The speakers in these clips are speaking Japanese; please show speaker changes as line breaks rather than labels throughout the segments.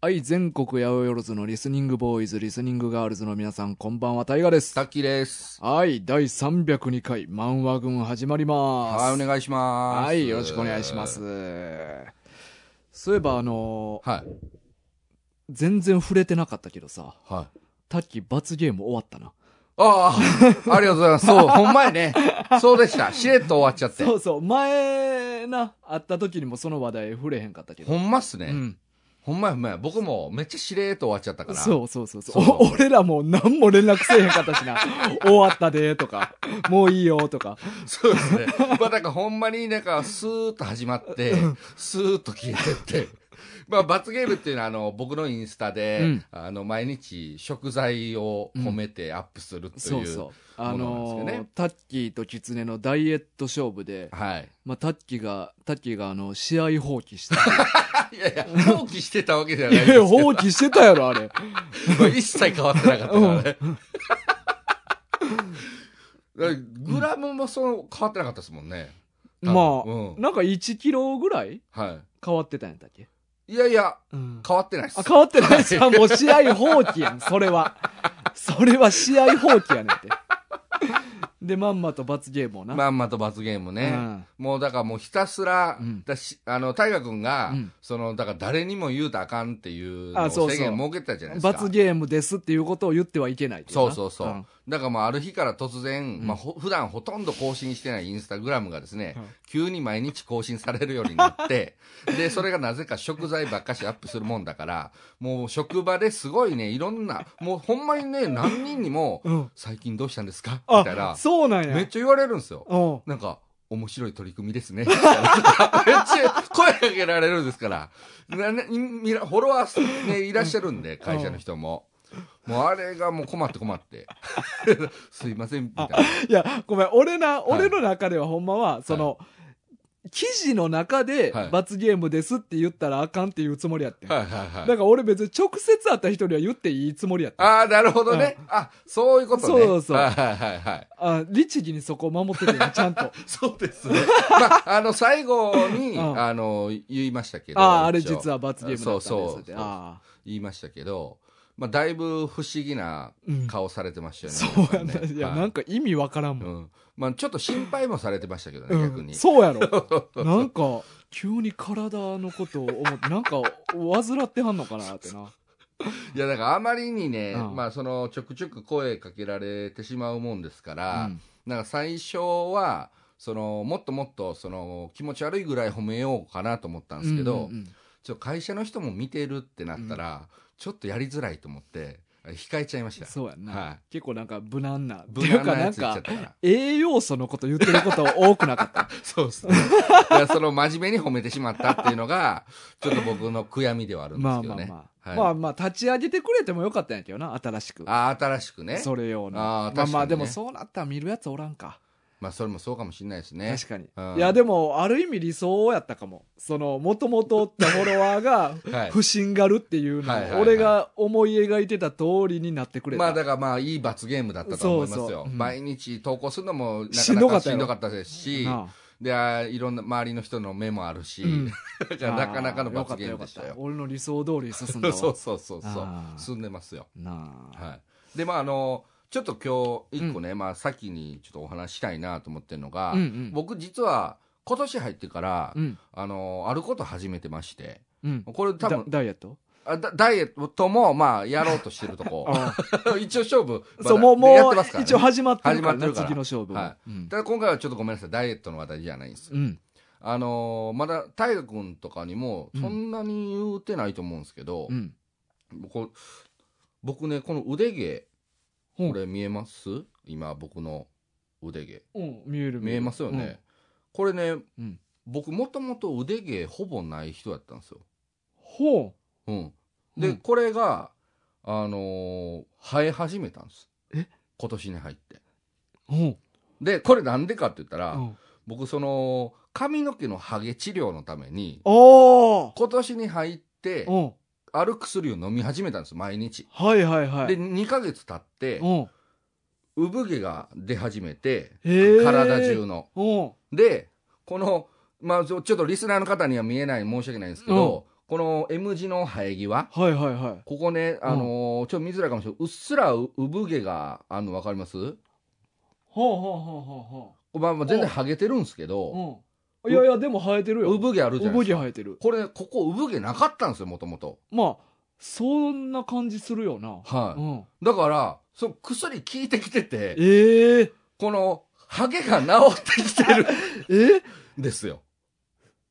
はい、全国八百万のリスニングボーイズ、リスニングガールズの皆さん、こんばんは、タイガです
さ。っきです。
はい、第302回、漫画群始まります。
はい、お願いします。
はい、よろしくお願いします。。そういえば、あのー
はい、
全然触れてなかったけどさ、
はい。
タッキー罰ゲーム終わったな。
ああ、ありがとうございます。そう、ほんまやね。そうでした。しれっと終わっちゃって。
そうそう、前な、会った時にもその話題触れへんかったけど。
ほんまっすね。
うん。
ほんまやほんまや。僕もめっちゃしれっと終わっちゃったから。
そうそうそうそ
そう
う。お俺らもう何も連絡せえへんかったしな。終わったで、とか。もういいよ、とか。
そうですね。まあなんかほんまになんかスーッと始まって、スーッと消えてって。まあ罰ゲームっていうのはあの僕のインスタで、
うん
あの毎日食材を褒めてアップすると
そ
いうう。
そう。あ
ものな
の
んですよ
ー
ね
タッキーとキツネのダイエット勝負で、
はい。
まあ、タッキーが、タッキーがあの、試合放棄した。
いやいや、放棄してたわけじゃない
い
で
や
すけど
放棄してたやろ、あれ。
まあ一切変わってなかったからね。 だからグラムもその変わってなかったですもんね。多分
まあ、
うん
なんか1キロぐらい
は
変わってたんやったっけ
い。いやいや、
うん。
変わってないです
あ、。変わってないです かもう試合放棄やん、それは。それは試合放棄やねんって。で、まんまと罰ゲームをな。
まんまと罰ゲームね。
うん
もうだからもうひたすら、
うん
だしあの、大河君が、
うん
その、だから誰にも言うたらあかんっていうの
あ
を
そうそう
制限設けてたじゃないですか。
罰ゲームですっていうことを言ってはいけないってい
そう
な
そうそう。
ん
だからもうある日から突然、
うん
まあほ普段ほとんど更新してないインスタグラムがですね、
うん
急に毎日更新されるようにな って、で、それがなぜか食材ばっかしアップするもんだから、もう職場ですごいね、いろんな、もうほんまにね、何人にも、
うん
最近どうしたんですかみたい
あ
な、
そうなんや
めっちゃ言われるんですよ。
うん
なんか、面白い取り組みですね。 みたいなめっちゃ声かけられるんですから。ななみフォロワー、ね、いらっしゃるんで、会社の人も。もうあれがもう困って困って。 すいません、みたいな。
いやごめん俺な、
い
俺の中ではほんまはその、記事の中で
はい
罰ゲームですって言ったらあかんっていうつもりやってん、
はいはいは
だ
い。
から俺別に直接会った人には言っていいつもりやってんあ
ああ、なるほどね。あ、そういうことね。
そうそう
はいはいはいはい。
律儀にそこを守ってて ちゃんと
そうですね。まあ、あの、最後に、
うん
あの、言いましたけど。
あああれ
一応
実は罰ゲームだったんです
そうそう
って
そう
あ
言いましたけど、まあ、だいぶ不思議な顔されてました
あ
よね。
そうやんな、いや、
はい
なんか意味わからんも、
うんん。まあちょっと心配もされてましたけどね、
うん
逆に。
そうやろなんか急に体のことを思ってなんか患ってはんのかなって ない
や、だからあまりにね、
うん
まあその、ちょくちょく声かけられてしまうもんですから、
うん
なんか最初は、その、もっともっと、その、気持ち悪いぐらい褒めようかなと思ったんですけど、
うんうん
ちょっと会社の人も見てるってなったら、ちょっとやりづらいと思って、控えちゃいまし
うん
た。
そうやんな、
はい
結構なんか無難な
無難なやつ
って
言っ
い
ちゃっ
うか
たか。
なんから栄養素のこと言ってること 多くなかった
そうですね。いや、その真面目に褒めてしまったっていうのが、ちょっと僕の悔やみではあるんで
ますあ
けど
まあ
ね。
まあ、
はい
まあまあ立ち上げてくれてもよかったんやけどな新しく
あー新しくね。
それ用の
あ
ま
ー確か
あ
にね
まあでもそうなったら見るやつおらんか
まあ、それもそうかもしれないですね。
確かに、
うん
いやでもある意味理想やったかもそのもともとおったフォロワーが
はい
不審がるっていうの
はいはいは
を
い
俺が思い描いてた通りになってくれた、
まあだからまあいい罰ゲームだったと思いますよ。
そうそううん
毎日投稿するのもな
しん
か
ど
な
か
か
った
し
よ
んどかったですし、
なあ
で、あーいろんな周りの人の目もあるし、
うん
だからなかなかの罰ゲームでした
あーよかったよかっ
よ
た。俺の理想通り進んだ
そう
わ
そうそうそう。
あー
進んでますよ。
なあ、
はい。で、まああの、ちょっと今日一個ね、まあ先にちょっとお話ししたいなと思ってるのが、
うんうん
僕実は今年入ってから、
うん
あの、あること始めてまして、
うん
これ多
ダ
分、
ダイエット
あダダイエットもまあやろうとしてるとこ。
あ
一応勝負、まだ
そう、もう、も
やって
う
ます、から、ね。
一応始まってるから
始まって
な、
るから
次の勝負は。
は
うん
ただ今回はちょっとごめんなさい、ダイエットの話題じゃないんですよ。
うん。
あのーまだ大河君とかにも、
うん
そんなに言うてないと思うんですけど、
うん。
こう僕ね、この腕毛、
うん
これ見えます今、僕の腕毛。
うん、見える
見えますよね。。これね、
うん
僕、もともと腕毛ほぼない人だったんですよ。
うんほ
うん、
う。
で、
うん
これが、あのー生え始めたんです。
え
今年に入って。
うん。
で、これなんでかって言ったら、
うん
僕その髪の毛のハゲ治療のために
お
今年に入って
ーうん。
ある薬を飲み始めたんです毎日、
はいはいはい。
で2ヶ月経って
うん。
産毛が出始めて
へー
体中の
うん。
でこのまあちょちょっとリスナーの方には見えない申し訳ないんですけど、この M 字の生え際
はいはいはい。
ここね、あのーちょっと見づらいかもしれないうっすらう産毛があるの分かります
ほうほうほうほうほ
まあ、まあ全然ハゲてるんですけど
う。うん。いやいや、でも生えてるよ。
産毛あるじゃない
産
です
毛
か
生えてる。
これここ産毛なかったんですよもともと
まあ、そんな感じするよな。
は
う
い、
ん。
だからその薬効いてきてて
ええ
このハゲが治ってきてる
え
んですよ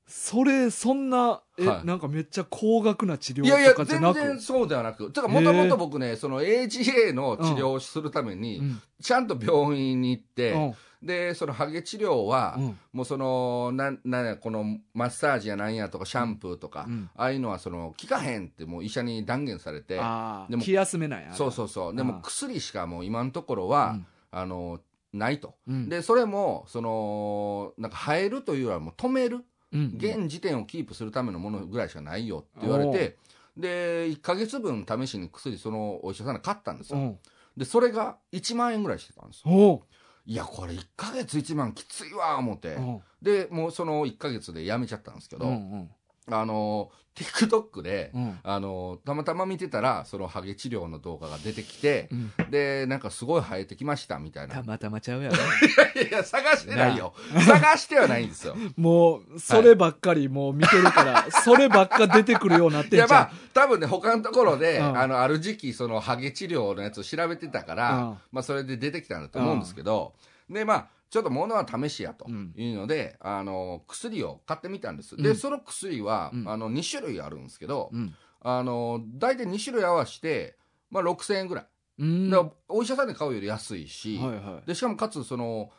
それ、そんな、え、
はい
なんかめっちゃ高額な治療
いやいや
とかじゃ
全
なく。
然そうではなくてかもともと僕ねその AGA の治療をするために、
うん
ちゃんと病院に行って、
うん
でそのハゲ治療は、
うん
もうそのなんなんやこのマッサージやなんやとかシャンプーとか、
うん
ああいうのはその効かへんってもう医者に断言されて
あ
で
あ、
も
気休めないや。
そうそうそうで
あ
も
あ
薬しかもう今のところは、あのないと、
うん。うん、
でそれもそのなんか生えるというよりはもう止める
うん、
現時点をキープするためのものぐらいしかないよって言われて、で1か月分試しに薬そのお医者さんが買ったんです
う
よ、
ん。
でそれが1万円ぐらいしてたんですよ
おう
いやこれ1か月1万きついわ思って、
うん。
でもうその1か月でやめちゃったんですけど、
うんうん
あの TikTok で、
うん
あのたまたま見てたらそのハゲ治療の動画が出てきて
う、ん
でなんかすごい生えてきましたみたいな
たまたまちゃうやろ。
いやいや探してないよ探してはないんですよ
もう、そればっかりもう見てるから、そればっか出てくるようになっ
い
てん
や
じ
ま
ゃ
あ多分ね他のところで、
うん
あのある時期そのハゲ治療のやつを調べてたから、
うん
まあそれで出てきたんだと思うんですけど、でまあちょっと物は試しやと
うん
いうので、あの薬を買ってみたんです、
う
で
ん
その薬は、
うん
あの2種類あるんですけど、
ん。
あの大体2種類合わせて、まあ、6000円ぐらい、
うん。
だか
は
らお医者さんで買うより安いし、
いはい。
でしかもかつその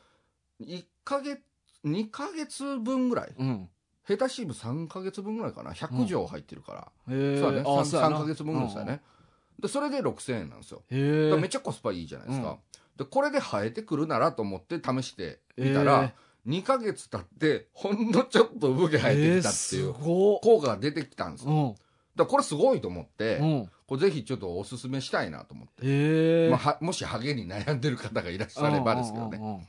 1ヶ月2ヶ月分ぐらい
うん。
下手しい部3ヶ月分ぐらいかな100錠入ってるから、
へえ。
そうだね
あ
3,
そうやな
ヶ月分ぐらいですよね、でそれで6000円なんですよ
うん
だ
へ
か
え。
らめっちゃコスパいいじゃないですか、でこれで生えてくるならと思って試してみた
えー
ら、2ヶ月経ってほんのちょっと産毛生えてきたってい
えー
う
すごっ
効果が出てきたんですよだ
うん。
からこれすごいと思って、
うん。
これぜひちょっとおすすめしたいなと思って、
へえ。
まあ、は もしハゲに悩んでる方がいらっしゃればですけど
う
ね
んうんうんうん。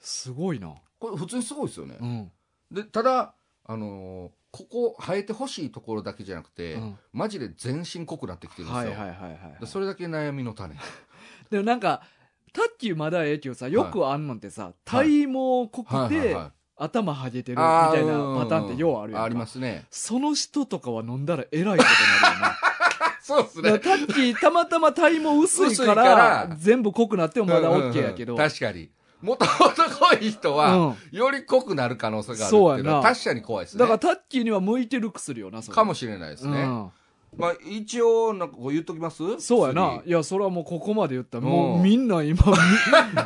すごいな。
これ普通にすごいですよね、
うん。
でただあのーここ生えてほしいところだけじゃなくて、
うん
マジで全身濃くなってきてるんです
はい
よ、
はいはいはい。
でそれだけ悩みの種
でもなんか、タッキーまだええけどさ、よくあんのってさ、体毛濃く
はいはい
て
はい、
頭はげてるみ
あー
たいなパターンってようあるやんか。
ありますね
その人とかは飲んだらえらいことになるよね。
そうです
だからタッキーたまたま体毛薄いから
薄いから
全部濃くなってもまだ OK やけど、
うんうんうん確かにもともと濃い人は、
うん
より濃くなる可能性があるっていうの
そうやな
は確かに怖いですね
だからタッキーには向いてる薬よなそれ
かもしれないですね、まあ一応なんかこう言っときます
うん、そうやない
薬
やそれはもうここまで言ったらも
う
うんみんな今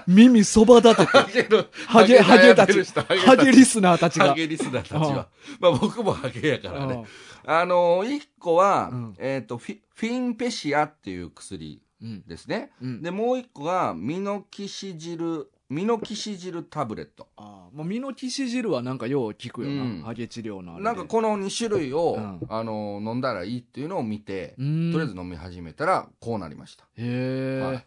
み 耳そば立てて
ハゲの
ハゲハゲたちハ
ハ
ゲリスナーたちが
ハゲリスナーたちは。まあ僕もハゲやから
う
ね
ん。
あのー、一個は
うん、
えっと、フィフィンペシアっていう薬
うん
ですね。
うん
で、もう一個が、ミノキシジル、ミノキシジルタブレット。
あーまあミノキシジルはなんかよう効くよな、
うん
ハゲ治療のあれで
なんかこの2種類を
うん、
あのー、飲んだらいいっていうのを見て
う、ん
とりあえず飲み始めたら、こうなりました。
へえ、
はい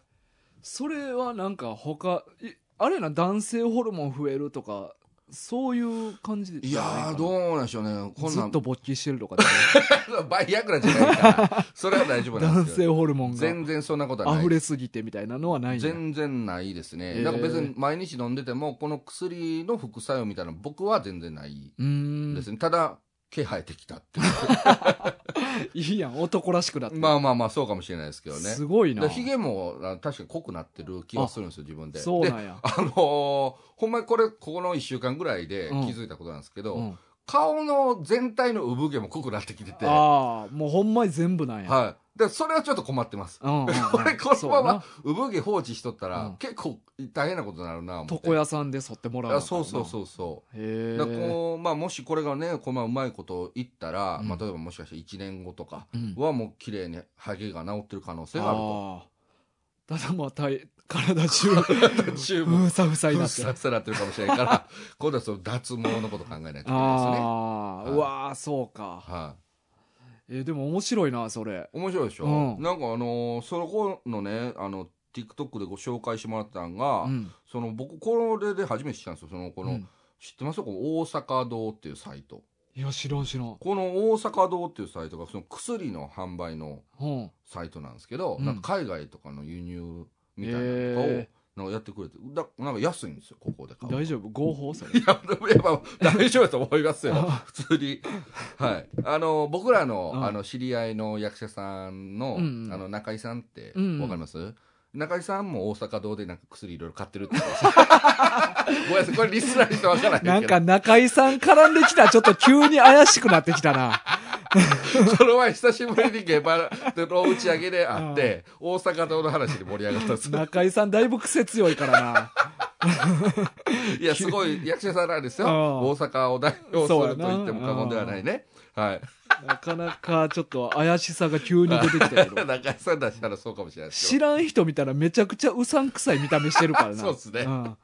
それはなんか他いあれな男性ホルモン増えるとかそういう感じ
いやー、ど
う
うなんでしょうね。こん
ず
な
っ
ん
と、勃起してるとかで
バイアグラじゃな いから、それは大丈夫なん
男
ですけ
性
ど。
ホルモンが
全然そんなことはない
溢れすぎてみたいなのはないんや
全然ないです
へ
ね。
ー
だから別に毎日飲んでても、この薬の副作用みたいなの僕は全然ないう
ー
で
ん
すね。ただ、気配てきたってい
いいやん男らしくなって、
う。まあまあままあ、そうかもしれないですけどね。
すごいな
でヒゲもあ確かに濃くなってる気はするんですよ、自分で。
そう
で
なんや
あのーほんまにこれ、ここの1週間ぐらいで気
うん
づいたことなんですけど、
うん、あ
顔の全体の産毛も濃くなってきてて、は
あもうほんまに全部なんや、
い。で、それはちょっと困ってます。
うんうんうん
これ、このまま
そう
産毛放置しとったら、
うん
結構大変なことになるな、
やな
思って。
床屋さんで剃ってもらう
あそうそう
う
そうそう。
へえ
だからこうまあ、もしこれがねこう,、まあ、うまいこと言ったら、
うん
まあ、例えばもしかして1年後とか
うん
はもう綺麗にハゲが治ってる可能性があると。
あーただまあ体 体 中
中部
ふさふさに
ふ
な
っ
って
さふさなってるかもしれないから 今度はその脱毛のこと考えないといけないですね。
ああ、
はいう
わーそうか、
は
えーでも面白いなそれ
い、面白いでしょ、
うん
なんかあのーその子のねあの TikTok でご紹介してもらったんが、
うん
その僕これで初めて知ったんですよそのこの、
うん
知ってますこの大阪堂っていうサイト
へいや、知らん知らん。
この大阪堂っていうサイトがその薬の販売の
うん。
サイトなんですけど、
うん
なんか海外とかの輸入みたいなのとかを、
え
なんかやってくれてだなんか安いんですよここで
ー、
買うと
大丈夫合法それ。
いや、俺やっぱ大丈夫だと思いますよ
あ。
普通に。はい。あの、僕らの、
うん
あの、知り合いの役者さんの、
うんうん
あの、中井さんって、
うんうん
わかります中井さんも大阪堂でなんか薬いろいろ買ってるっ て言ってましたごめんなさい、これリスナーにしてわからな
ないん
け
か
ど。
中井さん絡んできたらちょっと急に怪しくなってきたな。
この前久しぶりに現場の打ち上げで会って、大阪堂の話で盛り上がったんですよ。
中井さんだいぶ癖強いからな。
いや、すごい役者さんなんですよ。
うん
大阪を代表す
そうや
ると
な
言っても過言ではないね。はい。
なかなかちょっと怪しさが急に出てき たけど。
中井さん出したらそうかもしれないですよ
知らん人見たらめちゃくちゃうさんくさい見た目してるからな。
そうっすね
ん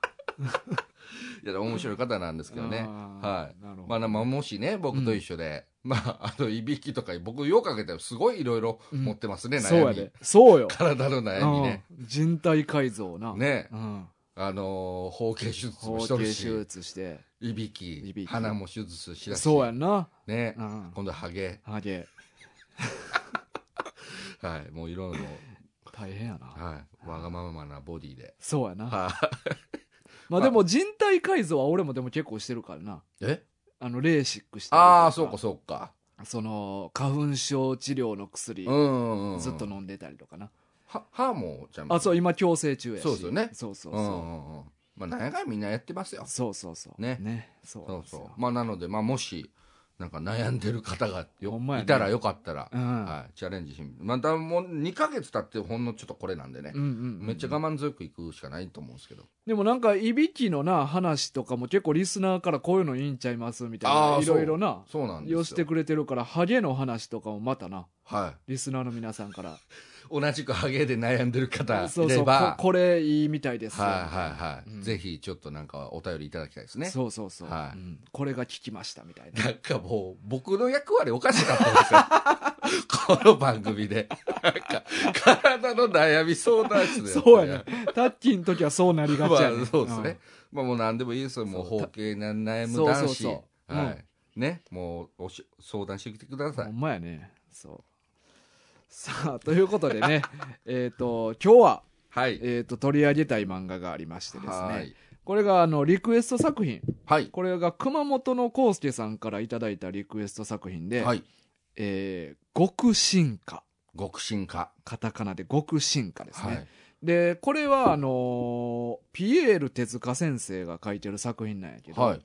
いや、でも面白い方なんですけどね。
あ
は
ーなるほ
い。
ど
まあ、まあもしね、僕と一緒で、まあ、あの、いびきとか、僕、ようかけてすごいいろいろ持ってますね、
そう
悩
や
み
で。。そうよ。
体の悩みね。
うん人体改造な。
ね
う、ん。
あのー包茎手術
包
も
茎
しと
手
るし、
術して。
い
い
び
び
き、
き
鼻も手術しだし、
そうやんな。
ね
う、ん。
今度はハゲ、
ハゲ。
はい、もういろいろ、
大変やな。
はい、わがままなボディで。
そうやな。
はい
まあでも人体改造は俺もでも結構してるからな。
え
あの、レーシックして。
ああ、そうか、。そうか。
その、花粉症治療の薬
う、んうんうん。
ずっと飲んでたりとかな。
は歯もちゃんと
あ、そう、今矯正中やし。
そうですよね
そうそう
う
そ
んう
う。
んうん。まあ、なんやかんやみんなやってますよ。
そうそうそう。
ね
ね。そう
そ
なん
う
です
そ
よ。
う。まあ、なので、まあ、もし、なんか悩んでる方が
ほ
よ、
んまやね
いたらよかったら、
うん
はい、チャレンジしてみるまたもう2ヶ月経ってほんのちょっとこれなんでね、
うんうんうん。
めっちゃ我慢強くいくしかないと思うんですけど。
でもなんか、いびきのな、話とかも結構リスナーからこういうのいいんちゃいますみたいな、
あー
いろいろな、
そうなんですよ。
よしてくれてるから、ハゲの話とかもまたな、
は
リスナーの皆さんから。
い。同じくハゲで悩んでる 方
そう
い
そ
れ
う、こ
ば、
これいいみたいですよ。
はいはいはい、
うん
ぜひちょっとなんかお便りいただきたいですね。
そうそうそう、
はい
うんこれが効きましたみたい な。
なんかもう、僕の役割おかしかった んですよ。この番組で。なんか、体の悩み相談室でって
そうやね。タッキーの時はそうなりがちやね。
まあ、そうですね。まあ、もう何でもいいですよ。もう、
そう
包茎な悩む
そうそう
男子。
そう
は
う
い。ね。もうおし、相談してきてくだ
うん
さ
ほ
い。
んまやね。そう。さあ、 ということで ね、えっと、今日は、
はい。
えっと、取り上げたい漫画がありましてです
は
ね
い。。
これが、あの、リクエスト作品。
はい。
これが熊本の康介さんからいただいたリクエスト作品で、
はい。
えー極進化。
極真化。
カタカナで極進化ですね。
はい。
で、これはあのーピエール手塚先生が書いてる作品なんやけど、
はい。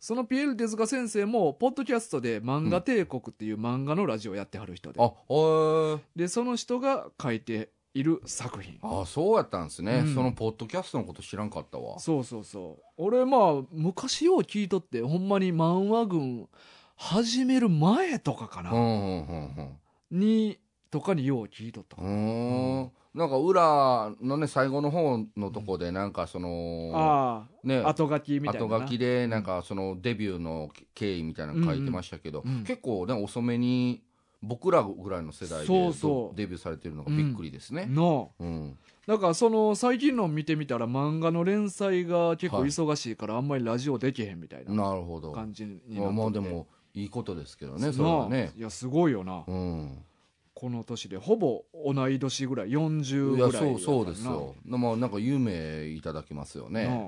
そのピエール手塚先生も、ポッドキャストで漫画帝国っていう漫画のラジオやってはる人で、
あ、へえ。
で、その人が書いている作品。
あ、そうやったんですね
う。ん
その、ポッドキャストのこと知らんかったわ。
そうそうそう。俺まあ、昔よう聞いとって、ほんまに漫画群始める前とかか
う
な、
ん、うん、うん、
に、とかによう聞いとったか
う
な。
ん。うーん。なんか、裏のね、最後の方のとこで、なんか、その、
あ
ね
あ、。後書きみたいな
後
な。
書きでなんかそのデビューの経緯みたいなの書いてましたけど、
うんうんうん
結構ね遅めに僕らぐらいの世代で
そうそう
デビューされてるのがびっくりですね。
の
うん
だからその最近のを見てみたら漫画の連載が結構忙しいからあんまりラジオできへんみたいな
なるほど。
感じにな
まあ
って
まあ
て
でもいいことですけど
な
ね
あ
それはね。
いやすごいよな、
うん、
この年でほぼ同い年ぐらい40
い
ぐら
や
いだから
そ
な
うそうですよ。まあなんか有名いただきますよね。
なあ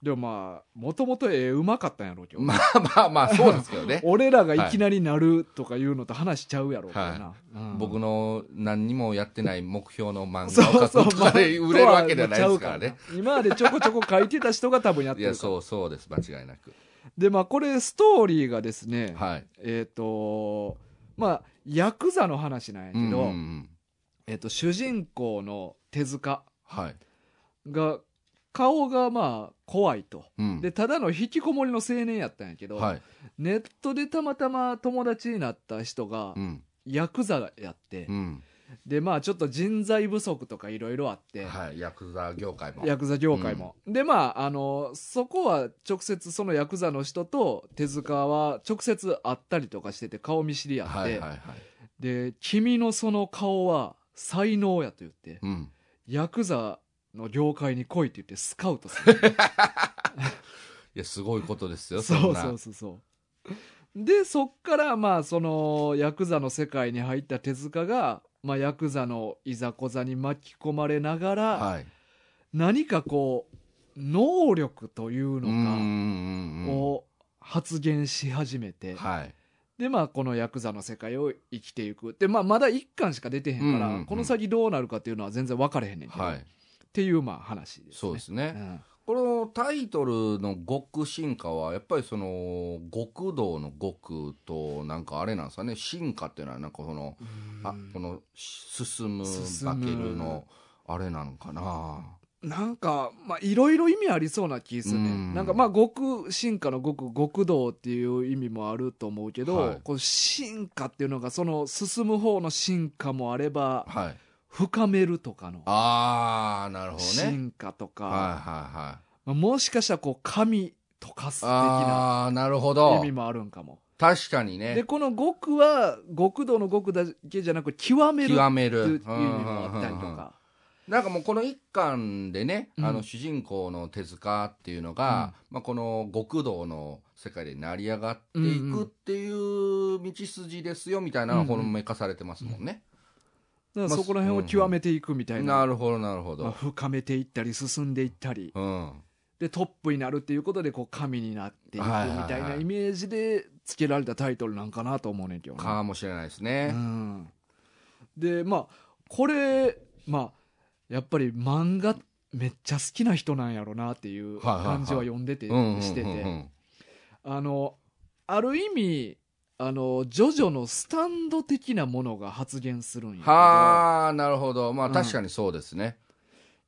でもまあもともと絵うまかったんやろうけど、
まあまあまあそうですけどね。
俺らがいきなりなるとかいうのと話しちゃうやろうからな、うん
僕の何にもやってない目標の漫
そう
画を
そう
書くとかで売れるわけじゃないですから
まあとはちゃうから
ね。
な今までちょこちょこ書いてた人が多分やっ
い
てるか
や
ら
そうそうです間違いなく。
でまあこれストーリーがですね、
はい。
えっ、とまあヤクザの話なんやけど、
うんうんうん
えっと主人公の手塚
はい。
が顔がまあ怖いと
うん
でただの引きこもりの青年やったんやけど、
はい。
ネットでたまたま友達になった人が
うん。
ヤクザやって、
うん。
でまあちょっと人材不足とかいろいろあって、
はい。ヤクザ業界も。
ヤクザ業界も、でまああのそこは直接そのヤクザの人と手塚は直接会ったりとかしてて顔見知りやって、
はいはいはい。
で「君のその顔は才能や」と言って、
うん。
ヤクザの業界に来いって言ってスカウトする
いや、すごいことですよ、
そ
そん
う
な。
そうそうそうで、そっから、まあ、その、ヤクザの世界に入った手塚が、まあ、ヤクザのいざこざに巻き込まれながら、
はい。
何かこう、能力という
うーん
の
うん
か
うん
を発言し始めて、
はい。
で、まあ、このヤクザの世界を生きていく。で、まあ、まだ一巻しか出てへんから、
うんうんうん
この先どうなるかっていうのは全然分かれへんねんけど、
は
っ
い。
ていう、まあ、話ですね。
そうです
う
ね。
ん
このタイトルの極進化は、やっぱりその、極道の極と、なんかあれなんですかね、進化っていうのは、なんかその、あこの、し進む、
進
化
む
けるの、あれなのかな。
なんか、まあ、いろいろ意味ありそうな気するね。
うん
なんか、まあ、極、進化の極、極道っていう意味もあると思うけど、
はい
こう進化っていうのが、その、進む方の進化もあれば、
はい。
深めるとかの
あー、なるほどね。
進化とか、
はいはいはい。
まあもしかしたら、こう、神とかす的な
あー、なるほ
意
ど
味。もあるんかも。
確かに
で、
ね。
この極は、極道の極だけじゃなく、極めるって
極め
いう意
る
味。もあったりと
うんうんうんうん
か。
なんかもうこの一巻でね、
うん
あの主人公の手塚っていうのが、まあ、この極道の世界で成り上がっていくっていう道筋ですよみたいなのがほのめかされてますもんね。
だから
まあ
そこら辺を極めていくみたいな。
なるほどなるほ
まあ、
ど。
深めていったり進んでいったり
うん、
でトップになるっていうことでこう神になっていくみ
はいはいはい
たいなイメージで付けられたタイトルなんかなと思うねんけどね
かもしれないです
う
ね。
ん、でまあこれまあやっぱり漫画めっちゃ好きな人なんやろなっていう
はいはいはい
感じは読んでて
うんうんうんうん
しててあのある意味あのジョジョのスタンド的なものが発言するんやけど
はあなるほどまあ
うん
確かにそうですね。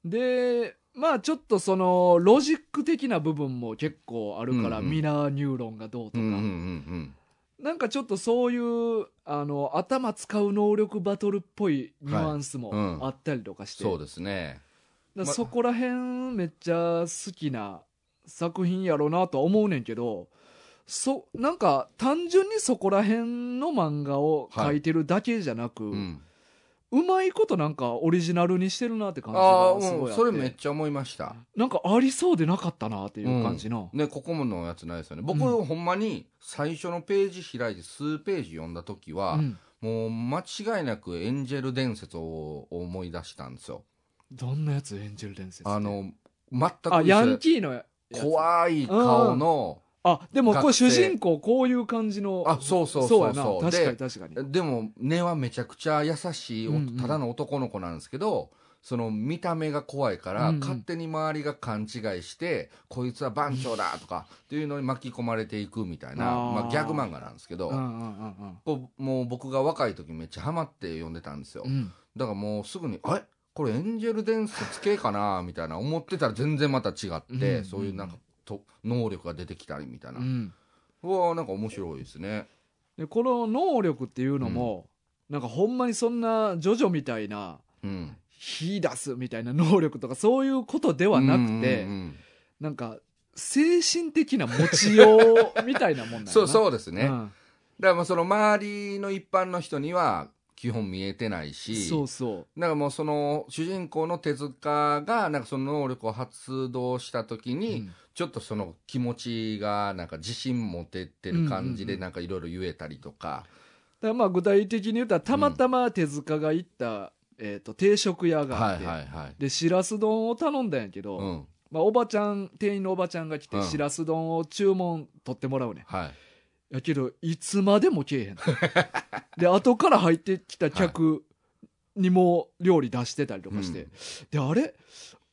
でまあちょっとそのロジック的な部分も結構あるから、
うんうん
ミラーニューロンがどうとか、
うんうんうん
なんかちょっとそういうあの頭使う能力バトルっぽいニュアンス
はいうん
もあったりとかして、
そうですね。
だからそこら辺めっちゃ好きな作品やろうなとは思うねんけどそなんか単純にそこら辺の漫画を描いてるだけじゃなく、
うん、
うまいことなんかオリジナルにしてるなって感じ
ああ、
が
う
すごいあって
ん、それめっちゃ思いました。
なんかありそうでなかったなっていう感じの。
ね、ここものやつないですよね。僕、
う
ほんまに最初のページ開いて数ページ読んだ時は、
うん
もう間違いなくエンジェル伝説を思い出したんですよ。
どんなやつエンジェル伝説って
あの、全く
あヤン
一
キーのや
緒
つ
怖い顔の、
あでもこ
学
う主
生
人公こういう感じの
あ、そうそうそう
やな
そう。
確かに
で、
確かに
でも根はめちゃくちゃ優しいお、
うんうん
ただの男の子なんですけど、その見た目が怖いから、
うんうん
勝手に周りが勘違いして、こいつは番長だとかっていうのに巻き込まれていくみたいな、
あー
まあギャグ漫画なんですけど、
うんうんうん
こうもう僕が若い時めっちゃハマって読んでたんですよ
う。ん
だからもうすぐに、あれこれエンジェル伝説系かなみたいな思ってたら全然また違って、
うんうん
そういうなんかと能力が出てきたりみたいな。
う
うんわーなんか面白いですね。
でこの能力っていうのも、なんかほんまにそんなジョジョみたいな
うん。
火出すみたいな能力とかそういうことではなくて、
うんうん
なんか精神的な持ちようみたいなもんなん
う
や
ん
な
そう、
う
そうですね。だか
ん
らまあその周りの一般の人には基本見えてないし、
そうそう
なんかもうその主人公の手塚がなんかその能力を発動した時に、
うん
ちょっとその気持ちがなんか自信持てってる感じ
うんうんう
で
ん
なんかいろいろ言えたりとか、
だからまあ具体的に言うたらたまたま手塚が行った、えー、と定食屋があ
は
っ
い
て、
はいはい。
でしらす丼を頼んだんやけど、
うん。
まあ、おばちゃん店員のおばちゃんが来
う
て
ん
しらす丼を注文取ってもらうね
はい。
んやけどいつまでも来えへん で後から入ってきた客にも料理出してたりとかして、
うん
であれ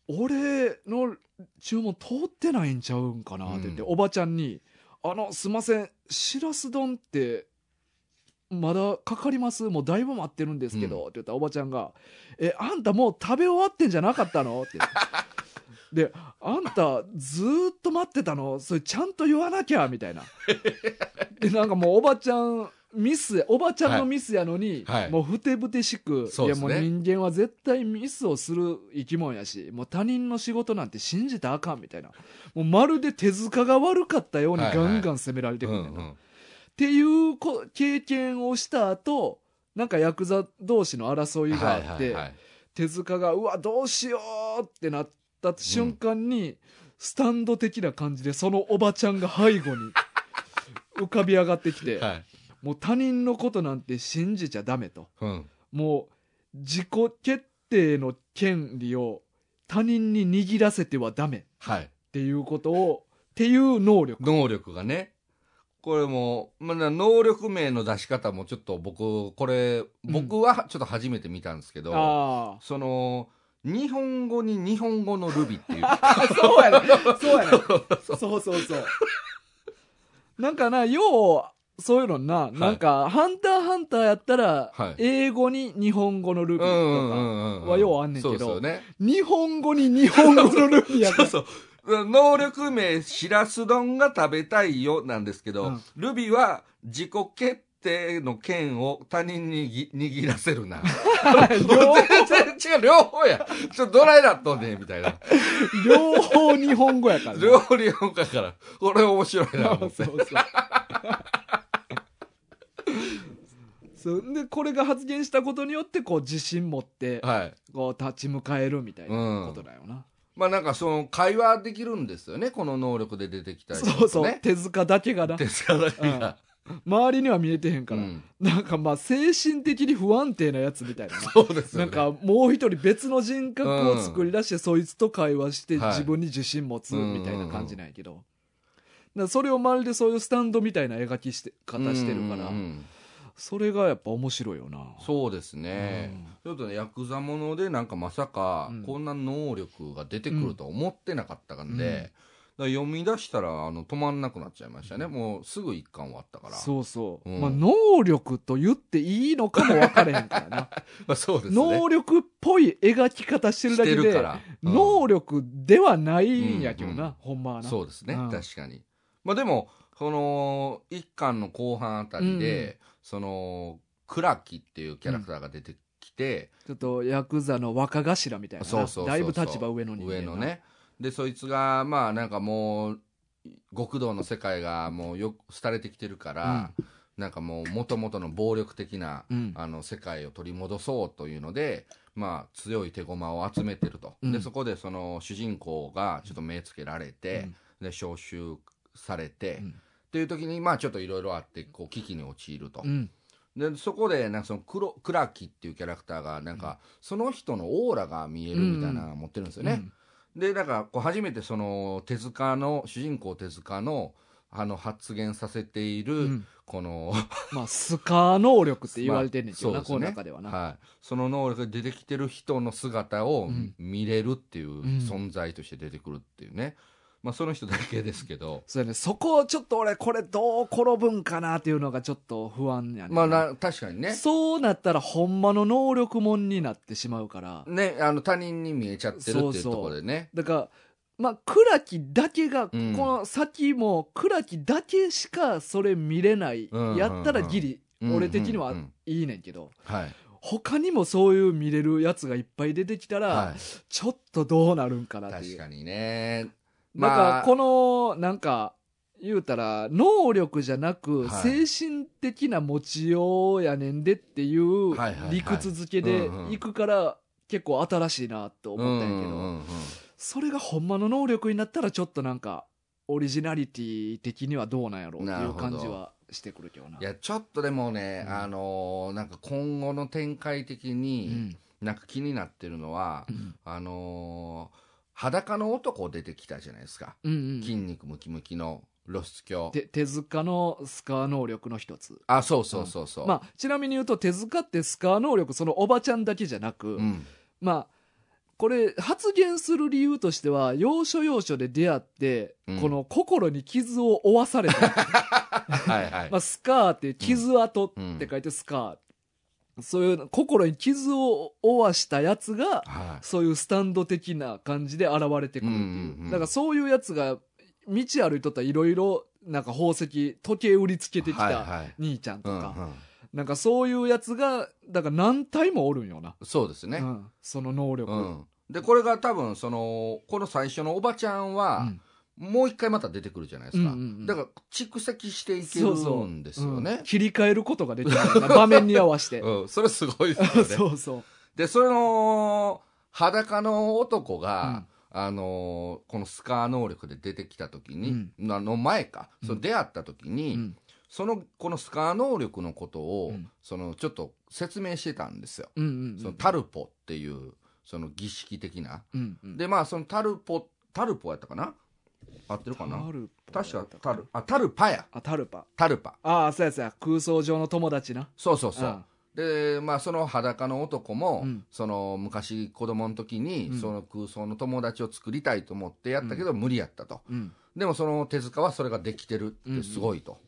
俺の注文通ってないんちゃうんかなって言って、
うん
おばちゃんに「あのすいませんしらす丼ってまだかかりますもうだいぶ待ってるんですけど」
う
って言ったらおばちゃんが「えあんたもう食べ終わってんじゃなかったの?」って言って。で、あんたずーっと待ってたのそれちゃんと言わなきゃみ たいな。で、なんかもうおばちゃんミスや、おばちゃんのミスやのに、
はいはい
もうふてぶてしく、
そう
い
で
や
す
も
ね
う人間は絶対ミスをする生き物やし、もう他人の仕事なんて信じたらあかんみたいな。もうまるで手塚が悪かったように
はい
ガ
はい
ンガン責められてくるんだよな。
うん
っていうこ経験をした後、なんかヤクザ同士の争
う
い
ん
があって、
はいはいはい
手塚がうわどうしようってなった 瞬間に、スタンド的な感じでそのおばちゃんが背後に浮かび上がってきて、
はい。
もう他人のことなんて信じちゃダメと
うん。
もう自己決定の権利を他人に握らせてはダメっ
はい。
ていうことをっていう能力
能力がね。これも、まあ、能力名の出し方もちょっと僕、これ、僕はちょっと初めて見たんですけど、
あ
その、日本語に日本語のルビっ ていう。
あそうやねそうやねそうそうそうなんかなようそういうのな、
い
なんか「ハンターハンター」やったら、
はい
英語に日本語のルビーとか、は
は
ようあんねんけど
そうですよね。
日本語に日本語のルビーやか
そう
ら
そう。能力名、しらす丼が食べたいよなんですけど、
うん
ルビは自己決定の権を他人にぎ握らせる な。
両
全然違う、両方や。ちょっとドライだったね、みたいな。
両方日本語やからね、
両方両方だから、これ面白いな、思っ
そ
て
う。そうそうでこれが発言したことによってこう自信持って
はい。
こう立ち向かえるみたいなことだよな、
まあなんかその会話できるんですよね、この能力で出てきたりとか、ね。
そうそう、手塚だけがな
手塚だけが。
周りには見えてへんから、
うん
なんかまあ精神的に不安定なやつみたいなな
そうですよ
な
ね。
んかもう一人別の人格を作り出して、そいつと会話して
はい
自分に自信持つみたいな感じなんやけど、だからそれをまるでそういうスタンドみたいな描きして方してるから、
うんうんうん
それがやっぱ面白いよな
そうですね、ちょっとねヤクザものでなんかまさか
うん
こんな能力が出てくるとは思ってなかったんで、だから読み出したらあの止まんなくなっちゃいましたね、もうすぐ一巻終わったから
そうそう、
うん
まあ、能力と言っていいのかも分かれへんからな、
まあ そうですね
能力っぽい描き方してるだけ
してる
で
から、うん
能力ではないんやけどな、
うんうん
ほんまはな
そうですね、
うん
確かにまあでもこの一巻の後半あたりで、そのクラキっていうキャラクターが出てきて、
ちょっとヤクザの若頭みたいなな
そうそうそうそう
だいぶ立場上の人間な
上のねでそいつがまあなんかもう極道の世界がもうよく廃れてきてるから、なんかもう元々の暴力的な、
うん
あの世界を取り戻そうというのでまあ強い手駒を集めてると、
うん
でそこでその主人公がちょっと目つけられて、で招集されて、
うん
っていう時にまあちょっといろいろあってこう危機に陥ると、
うん
でそこでなんかその黒クラキっていうキャラクターがなんかその人のオーラが見えるみたいなのを持ってるんですよね、でだからこう初めてその手塚の主人公手塚のあの発言させている、
うんうん
この、
まあスカー能力って言われてんねんけどな、
まあ
こ
そう
の
ですね
中ではな、
はい、その能力で出てきてる人の姿を
うん
見れるっていう
うん
存在として出てくるっていうね、まあ、その人だけですけど、
そうやねそこをちょっと俺これどう転ぶんかなっていうのがちょっと不安やねん
まあ、な確かにね
そうなったらほんまの能力もんになってしまうから、
ねあの他人に見えちゃってるっていうところでね
だからまあ倉木だけが、
うん
この先も倉木だけしかそれ見れない、
うんうんうん
やったらギリ、
うん
俺的には
うん
いいねんけど、
はい、
他にもそういう見れるやつがいっぱい出てきたら、
はい、
ちょっとどうなるんかなってい
確
う
かに
な
ね
ん
ま
か
あ
このなんか言うたら能力じゃなく
はい
精神的な持ちようやねんでっていう
はいはいはい
理屈付けで
うんうん
いくから結構新しいなと思ったんやけ
うんうん
ど
うん
それがほんまの能力になったらちょっとなんかオリジナリティ的にはどうなんやろうって
ないる
う
ほど。
感じはしてくるけどない
やちょっとでもね、
うん
あのーなんか今後の展開的
う
に
ん
なんか気になってるのは、
うん
あのー裸の男出てきたじゃないですか、
うんうん
筋肉ムキムキの露出狂
て手塚のスカー能力の一つ
あそうそうそうそう、
まあちなみに言うと手塚ってスカー能力そのおばちゃんだけじゃなく、
うん
まあこれ発言する理由としては要所要所で出会って、
うん
この心に傷を負わされた、
はいはい、
まあ、スカーって傷跡って書いてスカー、そういう心に傷を負わしたやつが
はい
そういうスタンド的な感じで現れてくるっていう、
うんうんうん
だからそういうやつが道歩いとったらいろいろなんか宝石時計売りつけてき
はい
た
はい
兄ちゃんと
う
か、
んうん
なんかそういうやつがだから何体もおるんよな、
そうですね、
う
うん
ん、その能力、
でこれが多分そのこの最初のおばちゃんは、
うん
もう一回また出てくるじゃないですか、
うんうんうん
だから蓄積していけるんですよ
うん
ね
切り替えることができるよう な場面に合わせて、
うん、それすごいですよね
そうそう
で、その、裸の男が、あのーこのスカー能力で出てきた時に、あの前か、
うん
その出会った時
う
に、
ん
そのこのスカー能力のことを、
うん
そのちょっと説明してたんですよ。
うんうん
そのタルポっていうその儀式的な。
うんうん
でまあそのタルポタルポやったかな合ってるかな
タルパ
確かタルあタルパや
あタルパ
タルパ。
ああそうやそうや空想上の友達な
そうそうそう。
あ
でまあ、その裸の男も、
うん
その昔子供の時に、
うん
その空想の友達を作りたいと思ってやったけど、無理やったと
うん
でもその手塚はそれができてるってすごいと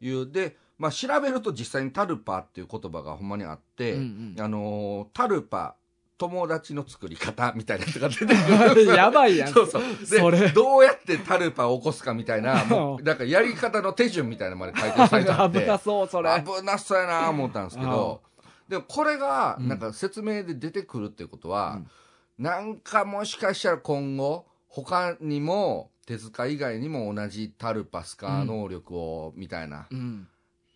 いう、で、まあ、調べると実際にタルパっていう言葉がほんまにあって、
うんうん
あのータルパ友達の作り方みたいなのが出てく る
やばいやん
そうそうで
それ
どうやってタルパを起こすかみたいなも
う
うなんかやり方の手順みたいなのまで回答されたんで
危なそうそれ
危なそうやな思ったんですけど、でもこれがなんか説明で出てくるっていうことは、なんかもしかしたら今後他にも手塚以外にも同じタルパスカー能力をみたいな、
うん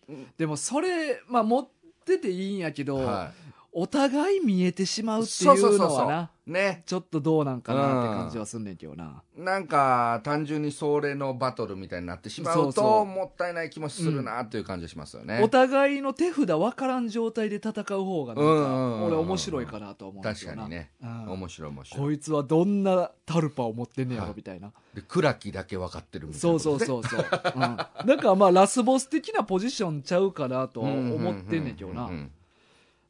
うん
でもそれまあ持ってていいんやけど
は
お互い見えてしまうっていうのはな
ね
ちょっとどうなんかなって感じはすんねんけどな
なんか単純にそれのバトルみたいになってしまうと
そうそう
もったいない気もするなという感じがしますよね、
お互いの手札分からん状態で戦う方がなん
うんうんうん
か
うん
俺面白いかなとは思うんだけ
確
ど
か
な
にね、
うん
面白い面白い
こいつはどんなタルパを持ってんねやろみたいな
でクラキだけ分かってるみたいな
そうそうそうそう、うん、なんかまあラスボス的なポジションちゃうかなとは思ってんねんけどな
ううん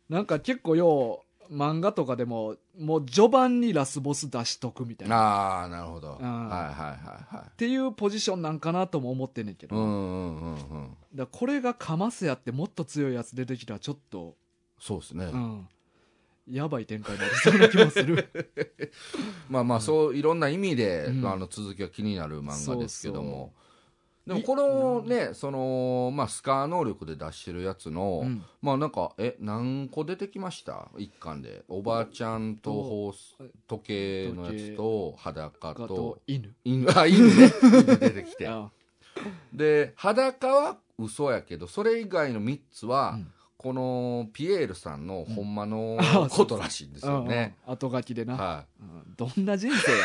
なんか結構よう漫画とかでももう序盤にラスボス出しとくみたいなっ
ああなるほど、
うん
はいはいはいはい
ていうポジションなんかなとも思ってんねんけど、
う
だか
んうんうんうん
らこれがカマスやってもっと強いやつ出てきたらちょっと、
そうですね、
うん、やばい展開になりそうな気もす る
まあまあそういろんな意味で、
うん
あの続きが気になる漫画ですけど
そ
も
うそう
でもこのねそのまあスカー能力で出してるやつの、
うん
まあなんかえ何個出てきました一巻でおばあちゃんとホース時計のやつと裸
あ
と
と犬
犬あ犬ね犬出てきて
あ
で裸は嘘やけどそれ以外の3つは、
うん
このピエールさんのほんまの
あ
ことらしいんですよね。
うん後書きでな、
はい
うんどんな人生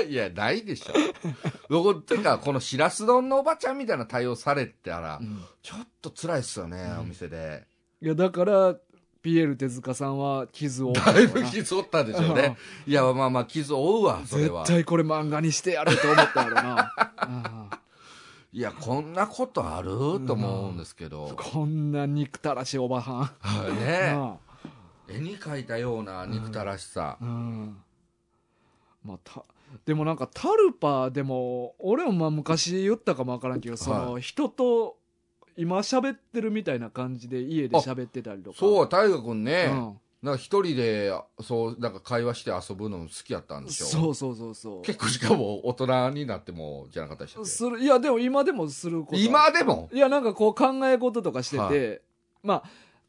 やな
いや、ないでしょ。どこてか、このしらす丼のおばちゃんみたいな対応されたら、
うん
ちょっと辛いっすよね、
ん
お店で。
いやだからピエール手塚さんは傷を負った
だい
よ
ぶ
な
傷負ったでしょうね。いや、まあまあ、傷負うわ、それは
絶。対これ漫画にしてやると思ったやろな、
いや、こんなことあると思うんですけ
う
ど
ん、。こんな憎たらしいおばは
はい
ん、
ね
なあ
絵に描いたような憎たらしさ
う。んまあ、たでもなんかタルパでも俺もまあ昔言ったかもわからんけどその、人と今喋ってるみたいな感じで家で喋ってたりとか
そう、大河君
う
ね、
ん
なんか一人で、そう、なんか会話して遊ぶのも好きやったんでしょ。
そうそうそうそう
結構しかも大人になっても、じゃなかったでしたっ
するいやでも今でもすること
け
は
今でも
いやなんかこう考え事とかしてて、
は
まあ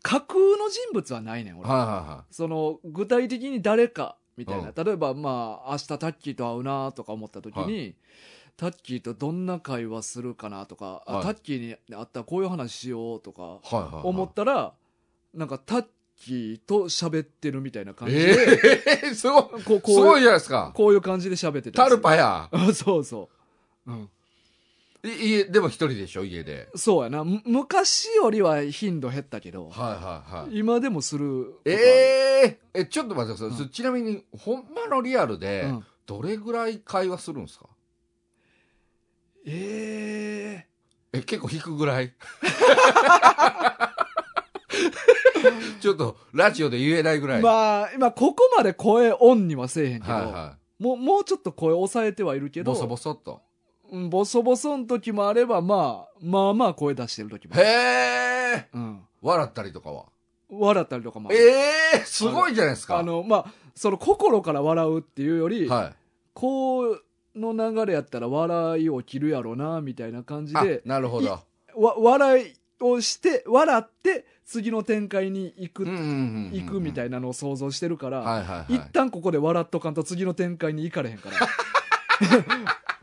架空の人物はないねん俺、
はいはいはい。
その具体的に誰かみたいな、
うん
例えばまあ明日タッキーと会うなとか思った時に、
は
タッキーとどんな会話するかなとか、あ
はい
タッキーに会ったらこういう話しようとか
はいはいはい、
思ったら、なんかタッキーと喋ってるみたいな感じで、
ええ すごい。
こう
すご
こう
い
いう
じゃないですか。
こういう感じで喋ってた
タ
りす
ル
る
パや。
あそうそう、うん、
い家、でも一人でしょ、家で。
そうやなむ昔よりは頻度減ったけど、
はいはいはい。
今でもすることあ
え
る
ええ、ちょっと待ってください。
うん
ちなみに、ほんまのリアルで
う、ん
どれぐらい会話するんですか
え
え、結構引くぐらい ちょっと、ラジオで言えないぐ
え
らい。
まあ今ここまで声オンにはせえへんけど、
はいは
もうもうちょっと声抑えてはいる
い。
けど
ボソボソっと。
うんボソボソの時もあればまあまあまあ声出してる時も
へ、え
うん、
笑ったりとかは。
笑ったりとかもあ
え
る
えすごいじゃないですか。
あのまあその心から笑うっていうより、
はい。
こうの流れやったら笑いを切るやろなみたいな感じ
あ
で、
なるほど。
わ笑いをして笑って次の展開に行く、行くみた
い
いなのを想像してるから、
はいはいはい
一。旦ここで笑っとかんと次の展開に行かれへんから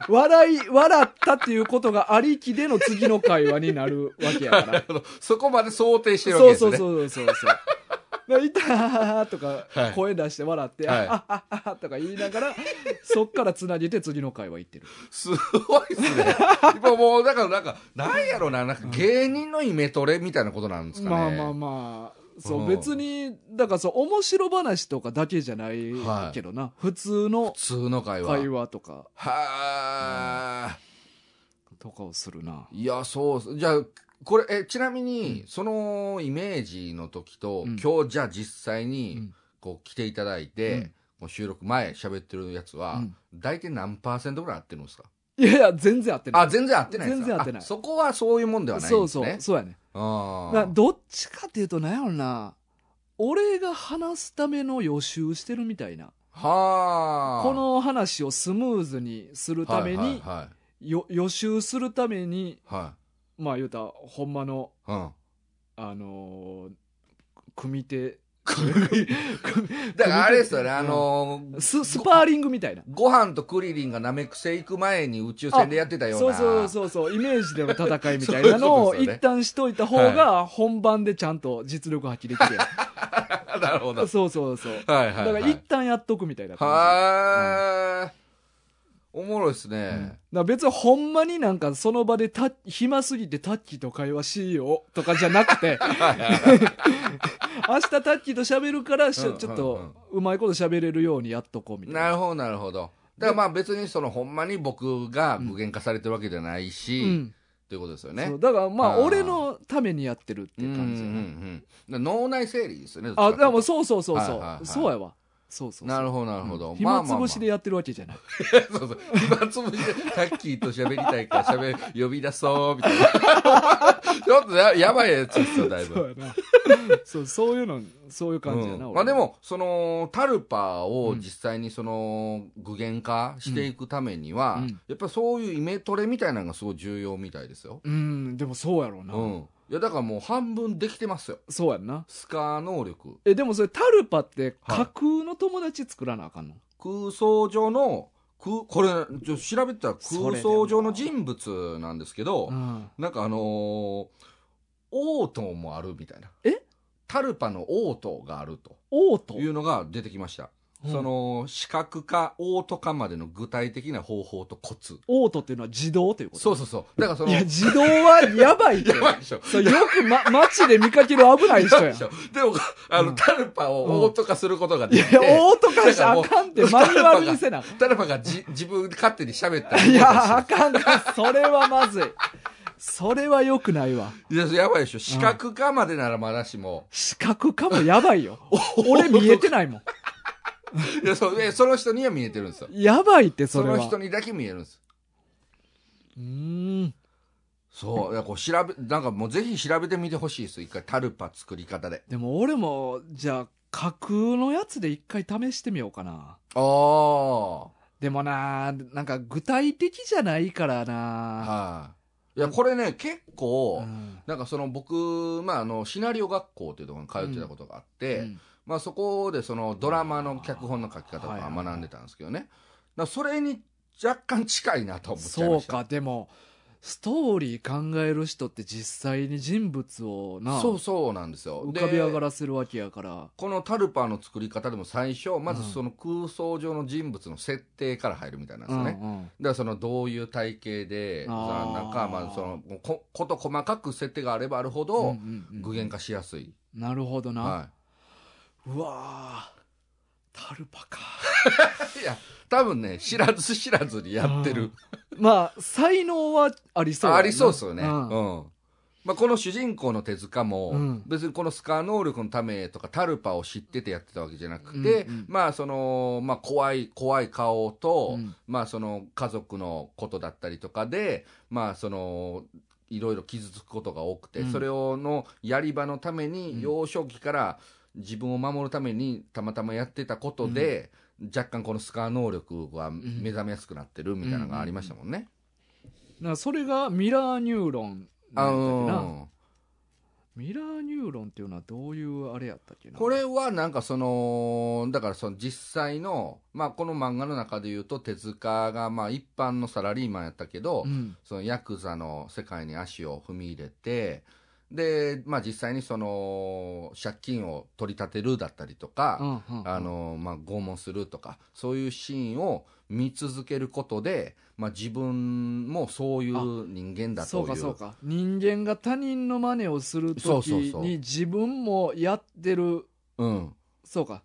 笑い笑ったっていうことがありきでの次の会話になるわけやか
な
ら
るほどそこまで想定してるわけ
そう
です
そ
ね。
うそうそうそう「いたー」とか
はい
声出して笑って「
はい
あっあっあっ」とか言いながらそっからつなげて次の会は行ってる
すごいっ すね。今もう、だからなんか、なんやろな、なんか芸人のイメトレみたいなことなんですかね。
まあまあまあそう、
うん
別にだからそう面白話とかだけじゃないけどな、普通の
普通の会話。
会話とか
はあ、
とかをするない
や、そうっす。じゃあ、これ、え、ちなみに、そのイメージの時と、
うん
今日、じゃあ実際
う
に
ん、
こう来ていただいて、
うん
こう収録前喋ってるやつは、
うん
大体何パーセントぐらい合ってるんですか
いやいや全然合ってない
あ、全然合ってないです
全
か
然合ってない
あそこはそういうもんではないんです
そ
ね。
うそうそうやね
あ
だ
ー
からどっちかっていうとなんやろな俺が話すための予習してるみたいな
はあ。
この話をスムーズにするために、
はいは
よ予習するために
いは
まあ言うたらほんまの
い。はい。うん。
あのー組手
だからあれですよね、
うん
あのー
ススパーリングみたいな
ご飯とクリリンがナメクセ行く前に宇宙船でやってたよう
そう
な。
そうそうそうイメージでの戦いみたいなの
そ
を
ういうことですよね
一旦しといた方が本番でちゃんと実力発揮で きるや
う。 なるほど
ん。そうそうそう
はい
だ
はい、
か
は
ら
い。
一旦やっとくみたいな感じ
はーおもろいです
うん
ね。
だから別にほんまになんかその場でた暇すぎてタッキーと会話しようとかじゃなく て明日タッキーと喋るからしょ
うん
ちょっとうまいこと喋れるようにやっとこうみたい
な
な
るほど、なるほど。だからまあ別にそのほんまに僕が具現化されてるわけじゃないし、
うん
ということですよ
そ
ね
う。だからまあ
あー
俺のためにやってるっていう感じ
う
や
ん
な
うんうんだから脳内整理ですよね。どっちかっ
あ
てい
で
うと
もそうそうそうそ
はいはいは
う
い
そうやわそうそうそう
なるほど、なるほど。まあ
暇
まあ
つ
まあ
ぶしでやってるわけじゃない
そうそう。暇つぶしで、タッキーと喋りたいから喋る、呼び出そう、みたいな。 ちょっとややばいやつですよ、だいぶ。
そうやな そうそういうのそういう感じやな
うん
俺
まあでも、その、タルパーを実際にその、具現化していくためには、
うん
やっぱりそういうイメトレみたいなのがすごい重要みたいですよ。
うんでもそうやろうな
うん。いや、だからもう半分できてますよ。
そうやんな
スカー能力。
えでもそれタルパって架空の友達作らなあかんの、
空想上の、空、これ、ちょ調べてたら
それでも
空想上の人物なんですけど、
うん
なんかあのー、オートもあるみたいな。
え
タルパのオートがあると
オート
いうのが出てきました。
うん
その、視覚化、オート化までの具体的な方法とコツ。
オートっていうのは自動ということ
そうそうそう。だからその、
い
や
や、自動はやばいって。
ばいでしょ。
それよく、ま、街で見かける危ない人
やばい
やん。
で
い
しょ。でも、あの、
うん
タルパをオート化することができて、
や、オート化しちゃあかんって、
だか
マ
ら
ニ
もう
ュアルにせな。
タルパがじ自分勝手に喋ったり
いや、あかんか。それはまずい。それは良くないわ。
いや、やばいでしょ。視覚化までならまだしも。
視覚かもやばいよ。俺見えてないもん。
いや、そう、えその人には見えてるんですよ。
やばいって、そ
そ
れは。
の人にだけ見えるんです。
うーん。
そう、いやこう調べ、なんかもうぜひ調べてみてほしいです。一回タルパ作り方で。
でも俺も、じゃあ、架空のやつで一回試してみようかな。
ああ。は
でもな、なんか具体的じゃないからな。
い。いや、これね、結構、
うん
なんかその僕、まああの、シナリオ学校っていうところに通ってたことがあって、
うん
まあそこでそのドラマの脚本の書き方と
はいは
か
いはい
学んでたんですけどね。だからそれに若干近いなと思っちゃい
そ
ま
う
した。
かでもストーリー考える人って実際に人物をな
そうそうなんですよ。
浮かび上が
で
らせるわけやから
このタルパの作り方でも最初、まずその空想上の人物の設定から入るみたいなんですよね。
うんうん
だからそのどういう体型で
あー
なんかまあそのここと細かく設定があればあるほ
う
ど
んうんうん
具現化しやすい、
なるほどな、
は
うわータルパか
い、いや多分ね知らず知らずにやってる、
まあ才能はありそうや
あ
な
ありそうですよね、うん
ん
まあ、この主人公の手塚も
うん
別にこのスカー能力のためとかタルパを知っててやってたわけじゃなくて、
うんうん
まあその、まあ、怖い怖い顔と、
うん
まあその家族のことだったりとかで、まあその、いろいろ傷つくことが多くて、
うん
それをのやり場のために、
うん
幼少期から自分を守るためにたまたまやってたことで、若干このスカー能力が目覚めやすくなってるみたいなのがありましたもんね。
なそれがミラーニューロン
あ
なんやったっけな
の
ミラーニューロンっていうのはどういうあれやったっけな
これはなんかその、だからその実際の、まあこの漫画の中で言うと手塚がまあ一般のサラリーマンやったけど、
うん
そのヤクザの世界に足を踏み入れて、で、まあ実際にその、借金を取り立てるだったりとか、
うんうん
あのまあ、拷問するとかそういうシーンを見続けることで、まあ、自分もそういう人間だと
そ
いう
うかそうか人間が他人の真似をする
そう
時
そうそう
に自分もやってる
うん、
そうか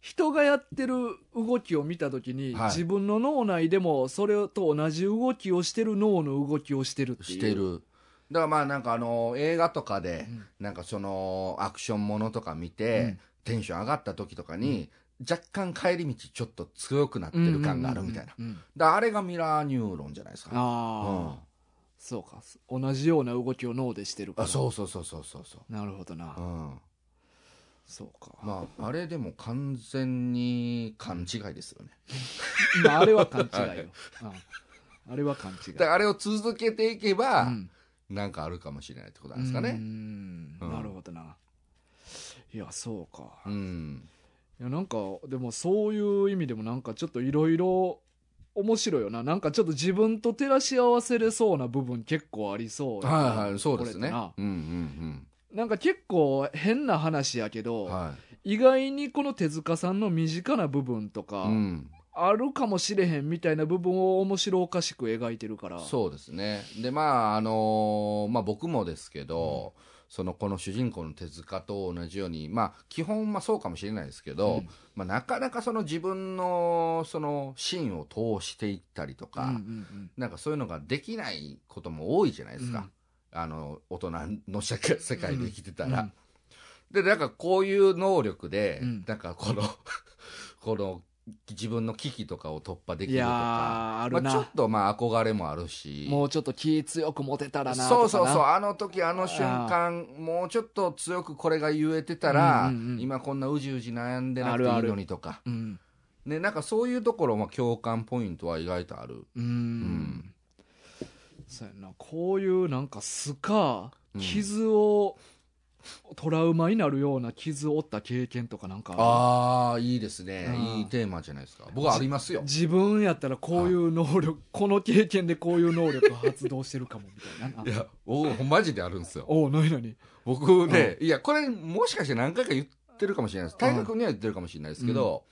人がやってる動きを見た時に、
はい
自分の脳内でもそれと同じ動きをしてる脳の動きをしてるっていう
してるだからまあなんかあの映画とかで、
うん
なんかそのアクションものとか見て、
うん
テンション上がった時とかに、若干帰り道ちょっと強くなってる感があるみたいな、
うんうんうんうん
だからあれがミラーニューロンじゃないですか
ああ、そうか同じような動きを脳でしてる
うん、
から
あそうそうそうそうそうそう
なるほどな、
うん
そうか、ま
まああれでも完全に勘違いですよね
あ、あれは勘 違いよ、うんあれは勘違い
だからあれを続けていけば、
うん
なんかあるかもしれないってことなんですかね。
うん
うん
なるほどないやそうか
うん。
いやなんかでもそういう意味でもなんかちょっといろいろ面白いよななんかちょっと自分と照らし合わせれそうな部分結構ありそうやな
はいはい、そうですね。
これって
うんうん
ななんか結構変な話やけ
う
ど、
ん。は
意外にこの手塚さんの身近な部分と
い。
か、
うん。
あるかもしれへんみたいな部分を面白おかしく描いてるから
そうですね。で、まあ、あのーまあ僕もですけど、そのこの主人公の手塚と同じように、まあ基本まあそうかもしれないですけ
う
ど、
ん
まあなかなかその自分のその芯を通していったりと
うん
か、
うん
なんかそういうのができないことも多いじゃないですか。あの、大人の世界世界で生きてた
うん
ら。
うん
で、なんかこういう能力で、
うん
なんかこの、 この自分の危機とかを突破でき
い
ると
やー
か、
あ
ま
る
あ、
な、
ちょっとまあ憧れもあるし、
もうちょっと気強く持てたらな
そうそうそう、
う
あの時あの瞬間、もうちょっと強くこれが言えてたら、
うんうんうん
今こんなうじうじ悩んでなくて
あ
い
るあ
い
る
のにとか、
うん
ね、なんかそういうところも共感ポイントは意外とある。
うーんそうやなこういうなんかスカ
うん
傷を、トラウマになるような傷を負った経験とかなんかあ
ああ、いいですね
うん。
いいテーマじゃないですか。僕はあります
る
よ。
自分やったらこういう能力、 この経験でこういう能力を発動してるかもみたいな
いや、 僕、マジであるんですよ。
おう何何
僕ね、いや、これ、もしかして何回か言ってるかもしれないです。大学には言ってるかもしれないですけど、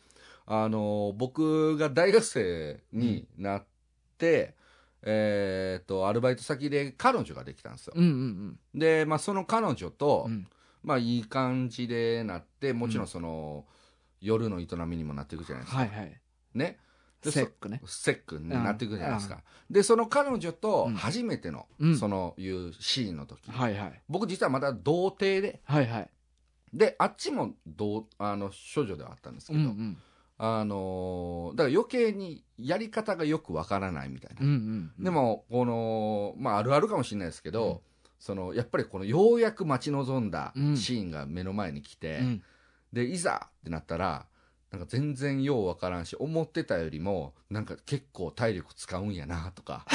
あの、僕が大学生になって、えーっと、アルバイト先で彼女ができたんですよ。
うんうん
で、まあ、その彼女と、
うんうん
まあ、いい感じでなって、もちろんその、夜の営みにもなっていくじゃないですか。
はいはい
ね。で
セックね
セックになっていくじゃないですか。で、その彼女と
うん
初めての、
うん
その、いうシーンの時、
はいはい
僕実はまだ童貞で、
はいはい
であっちもどうあの処女ではあったんですけ
うん
ど、
うん
あのーだから余計にやり方がよくわからないみたい
うんう
な、
んうん
でもこの、まあ、あるあるかもしれないですけど、
うん
そのやっぱりこのようやく待ち望んだシ
うん
ーンが目の前に来て、
うん
でいざってなったらなんか全然ようわからんし思ってたよりもなんか結構体力使うんやなと か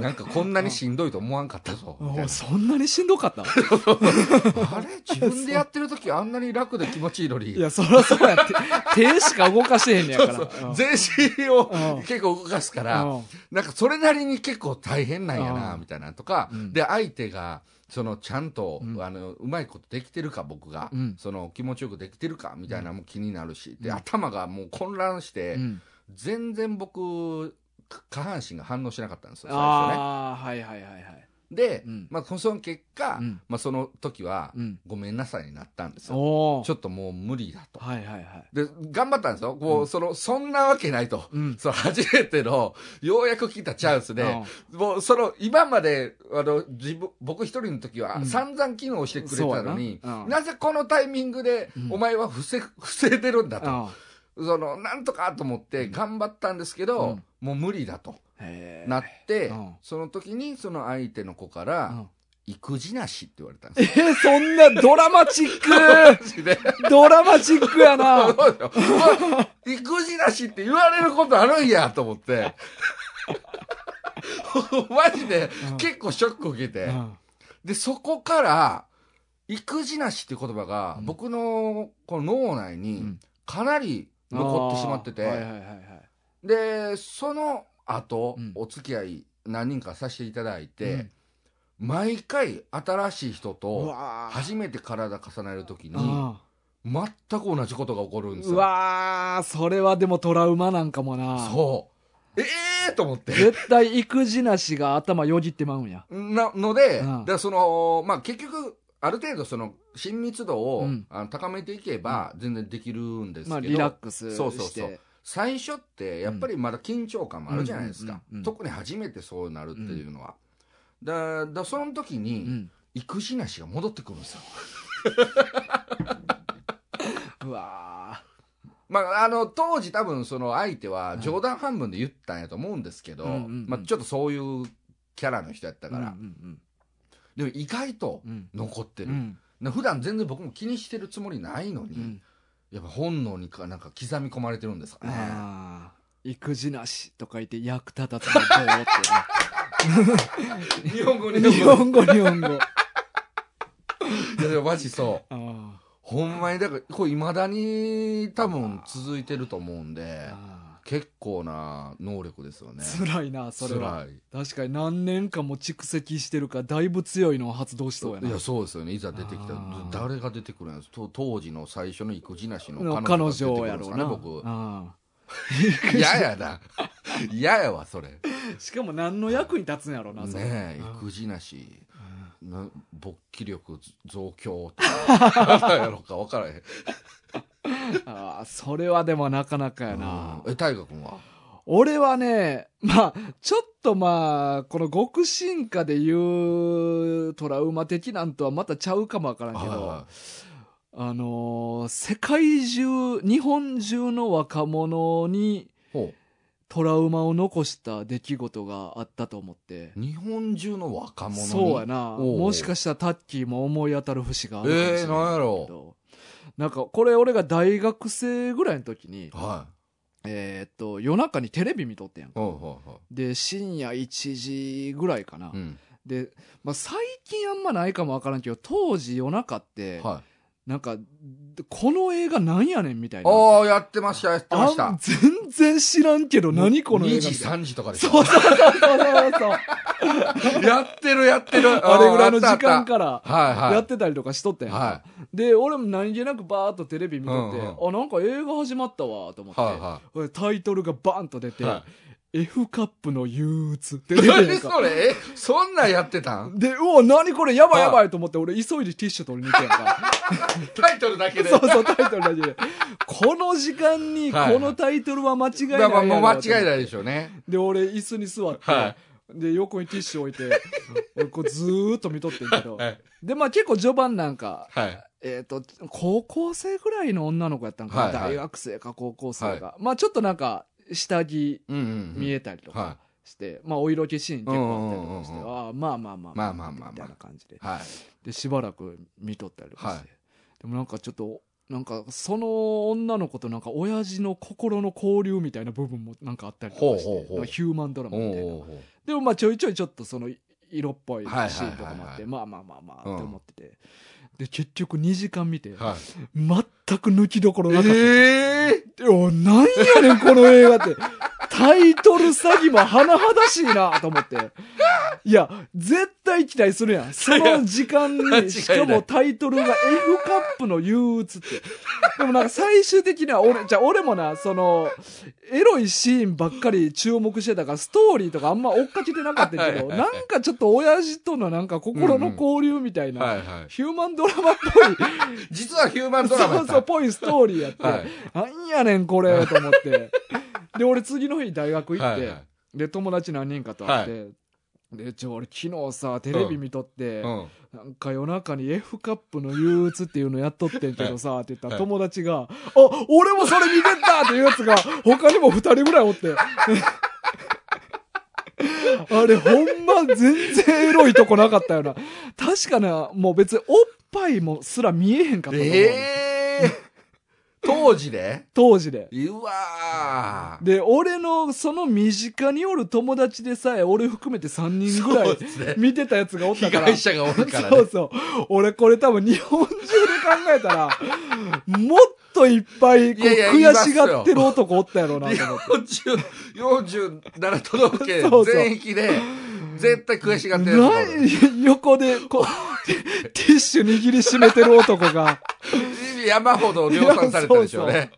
なんかこんなにしんどいと思わんかったぞみたい
お
な
うそんなにしんどかった
あれ自分でやってる時あんなに楽で気持ちいいのに
いやそりゃそう やって手しか動かしてへんねやから
そうそう
うん
全身
う
を
ん
結構動かすから、
うん
なんかそれなりに結構大変なんやな、
うん
みたいなとか
う、ん
で、相手が、そのちゃんと、
うん
あの、うまいことできてるか、僕が
うん、
その気持ちよくできてるか、みたいなのも気になるし、で、
うん
頭がもう混乱して
う、ん
全然僕、か下半身が反応しなかったんですよ、最初ね。
ああはいはいはいはい
で
うん、
まあ、その結果
うん、
まあ、その時は
う、ん
ごめんなさいになったんですよ。
おお
ちょっともう無理だと。
はいはいはい
で、頑張ったんですよ。こ
う
う、その、そんなわけないと。
うん
そう、初めての、ようやく来たチャンスで、
う
もうその、今まで、あの、自分、僕一人の時
う
は
ん
散々機能してくれてたのに、
そうやなうん
なぜこのタイミングで
うん、
お前は 防、防いでるんだ
ん
と。
うん
その、なんとかと思って頑張ったんですけ
う
ど
ん、
もう無理だと
へー
なって
うん、
その時にその相手の子か
う
ら
ん、
育児なしって言われたん
え
で
ーそんなドラマチ ック
すよ。で
ドラマチックや
そ
な
うよ。おい育児なしって言われることあるんやと思 って。 マジで
うん
結構ショック受けて
う。ん
で、そこから、育児なしって言葉が
うん
僕のこの脳内
う
に
ん
かなり残ってしまって
あーはいは
て。
いはいはい
で、その後
うん、
お付き合い何人かさせていただいて、毎回新しい人
う
と
わー
初めて体重ねるときに
あ
全く同じことが起こるんです
う
よ。
わーそれはでもトラウマなんかもな
そう。ええー、と思って。
絶対育児なしが頭よぎってまうんや
なので、
うん
だからその、まあ、結局、ある程度その親密度を、
うん
あの高めていけば全然できるんですけど、
まあリラックスして
そうそうそう最初ってやっぱりまだ緊張感もあるじゃないですか、
うんうんうんうん
特に初めてそうなるっていうのは、だだその時
う
に
ん
育児なしが戻ってくるんですよ、
うわ
まあ、あの当時多分その相手は冗談半分で言ったんやと思うんですけど、
うんうんうん
まあ、ちょっとそういうキャラの人やった
だ
から、
うん
でも意外と
うんうん
残って
う
る、
ん
な普段全然僕も気にしてるつもりないのに、
うん
やっぱ本能にかなんか刻み込まれてるんですかね。
あー育児なしとか言って役立たずの棒っ
日本語
てね日本語日本語
いやでもマジそう。
あ
ほんまに、だから、これ未だに多分続いてると思うんで、
あ
結構な能力ですよね。
辛いなそれは
辛い。
確かに何年間も蓄積してるからだいぶ強いのを発動しそうやない
や、そうですよね。いざ出てきたら
あー、
誰が出てくるんですと当時の最初の育児なしの
の
彼
彼
女が出てく
女
る
や
ん
ろ
です
う
かね、
な
僕。
あ
嫌や だ。嫌やわ、それ。
あしかも何の役に立つんやろうなそれ
ねえ
うん、
育児なし。
うん
な勃起力増強と か何やろうか分からへん
ああそれはでもなかなかやな
うんえ大河君は
俺はねまあちょっとまあこの極真化で言うトラウマ的なんとはまたちゃうかもわからんけど
は
あのー世界中日本中の若者に
いほ
トラウマを残した出来事があったと思って
う日本中の若者に
そうやな
おう
もしかしたらタッキーも思い当たる節があるかもしれない
えーなんやろ
けどなんかこれ俺が大学生ぐらいの時に
は
えーっと夜中にテレビ見とってんやん
いはいはいは
で深夜1時ぐらいかな、
いうん
で、まあ、最近あんまないかもわからんけど当時夜中って、
はい
なんかこの映画なんやねんみたいな
ああやってましたやってました
あん全然知らんけど何この映
2
画
時3時とかでし
そうそう
ょ
そう そうそう
やってるやってる
あれぐらいの時
あ
間
ったあっ
から
たはいはい
やってたりとかしとったんやんか、
は
で俺も何気なくバーッとテレビ見とって、
うん
あなんか映画始まったわと思って、
いはいは
これタイトルがバンと出て、
い は
F カップの憂鬱って
い
出てん やん
何
か
それえそんなんやってたん
で、うお、何これ、やばい
はい
やばいと思って、俺、急いでティッシュ取りに行くやん か。
タイトルだけで
そうそう、タイトルだけで。この時間に、
はい
このタイトルは間違いない
まあまあもう間違い
い。
ないでしょうね
で、俺、椅子に座って、
は
で、横にティッシュ置い て、俺、こう、ずーっと見とってんけど
は。い
で、まあ、結構序盤なんか、
はい
えっ、と、高校生ぐらいの女の子やったんかな、
はいは
大
い
学生か高校生か。まあ、ちょっとなんか、下着
うんうんうん
見えたりと
は
かして、まあ、お色気シーン結構あったりとかして、
うんうんうんう
ああ、まあまあまあ
まあまあまあまあ
みたいな感じで。
はい
でしばらく見とったりとかして、
はい
でもなんかちょっとなんかその女の子となんか親父の心の交流みたいな部分もなんかあったりとかして
ほうほうほう
なんかヒューマンドラマ
おう
みたいな
おうおう
でもまあちょいちょいちょっとその色っぽいシ
はいはいはいはい
ーンとかもあって、まあまあまあまあって
うん
思ってて、で結局2時間見て、
はい。
全く抜きどこ ろなかった、
え
でおなんやねんこの映画ってタイトル詐欺も甚だしいなと思っていや絶対期待するやんその時間
間違いな
に
い
しかもタイトルが F カップの憂鬱ってでもなんか最終的には俺じゃあ俺もなそのエロいシーンばっかり注目してたからストーリーとかあんま追っかけてなかったけど
はいはいはい
なんかちょっと親父とのなんか心の交流みたい
ー
な、
はいは
ヒューマンドラマっぽい
い。実はヒューマンドラマや
そ
っ
う
た。
そう、ぽいストーリーやって、
はい
なんやねんこれ、と思って。で、俺次の日大学行っ
はい
て、
はい
で、友達何人かと会って、で、ちょ、俺昨日さ、テレビ見とって、
うん。
なんか夜中に F カップの憂鬱っていうのやっとってんけどさ、って言ったら
はい
友達が、あ、俺もそれ見てたっていうやつが、他にも二人ぐらいおって。 あれ、ほんま全然エロいとこなかったよな。確かな、もう別におっぱいもすら見えへんかったと思う。
ええ当時で
当時で。
うわー。
で、俺のその身近におる友達でさえ、俺含めて3人ぐら
そう
い
ですね。
見てたやつがおっ
被
たから。
害者がおるから
そ
ね
う。そう。俺これ多分日本中で考えたら、もっといっぱいこう
いやいやいま
悔
す
し
よ
がってる男おったやろうなと思って。
40 47都道府 県
そうそう
全域で絶対悔しがってるやつがおる
何横でこうティッシュ握りしめてる男が
山ほど量産されたでしょう
いや
ね。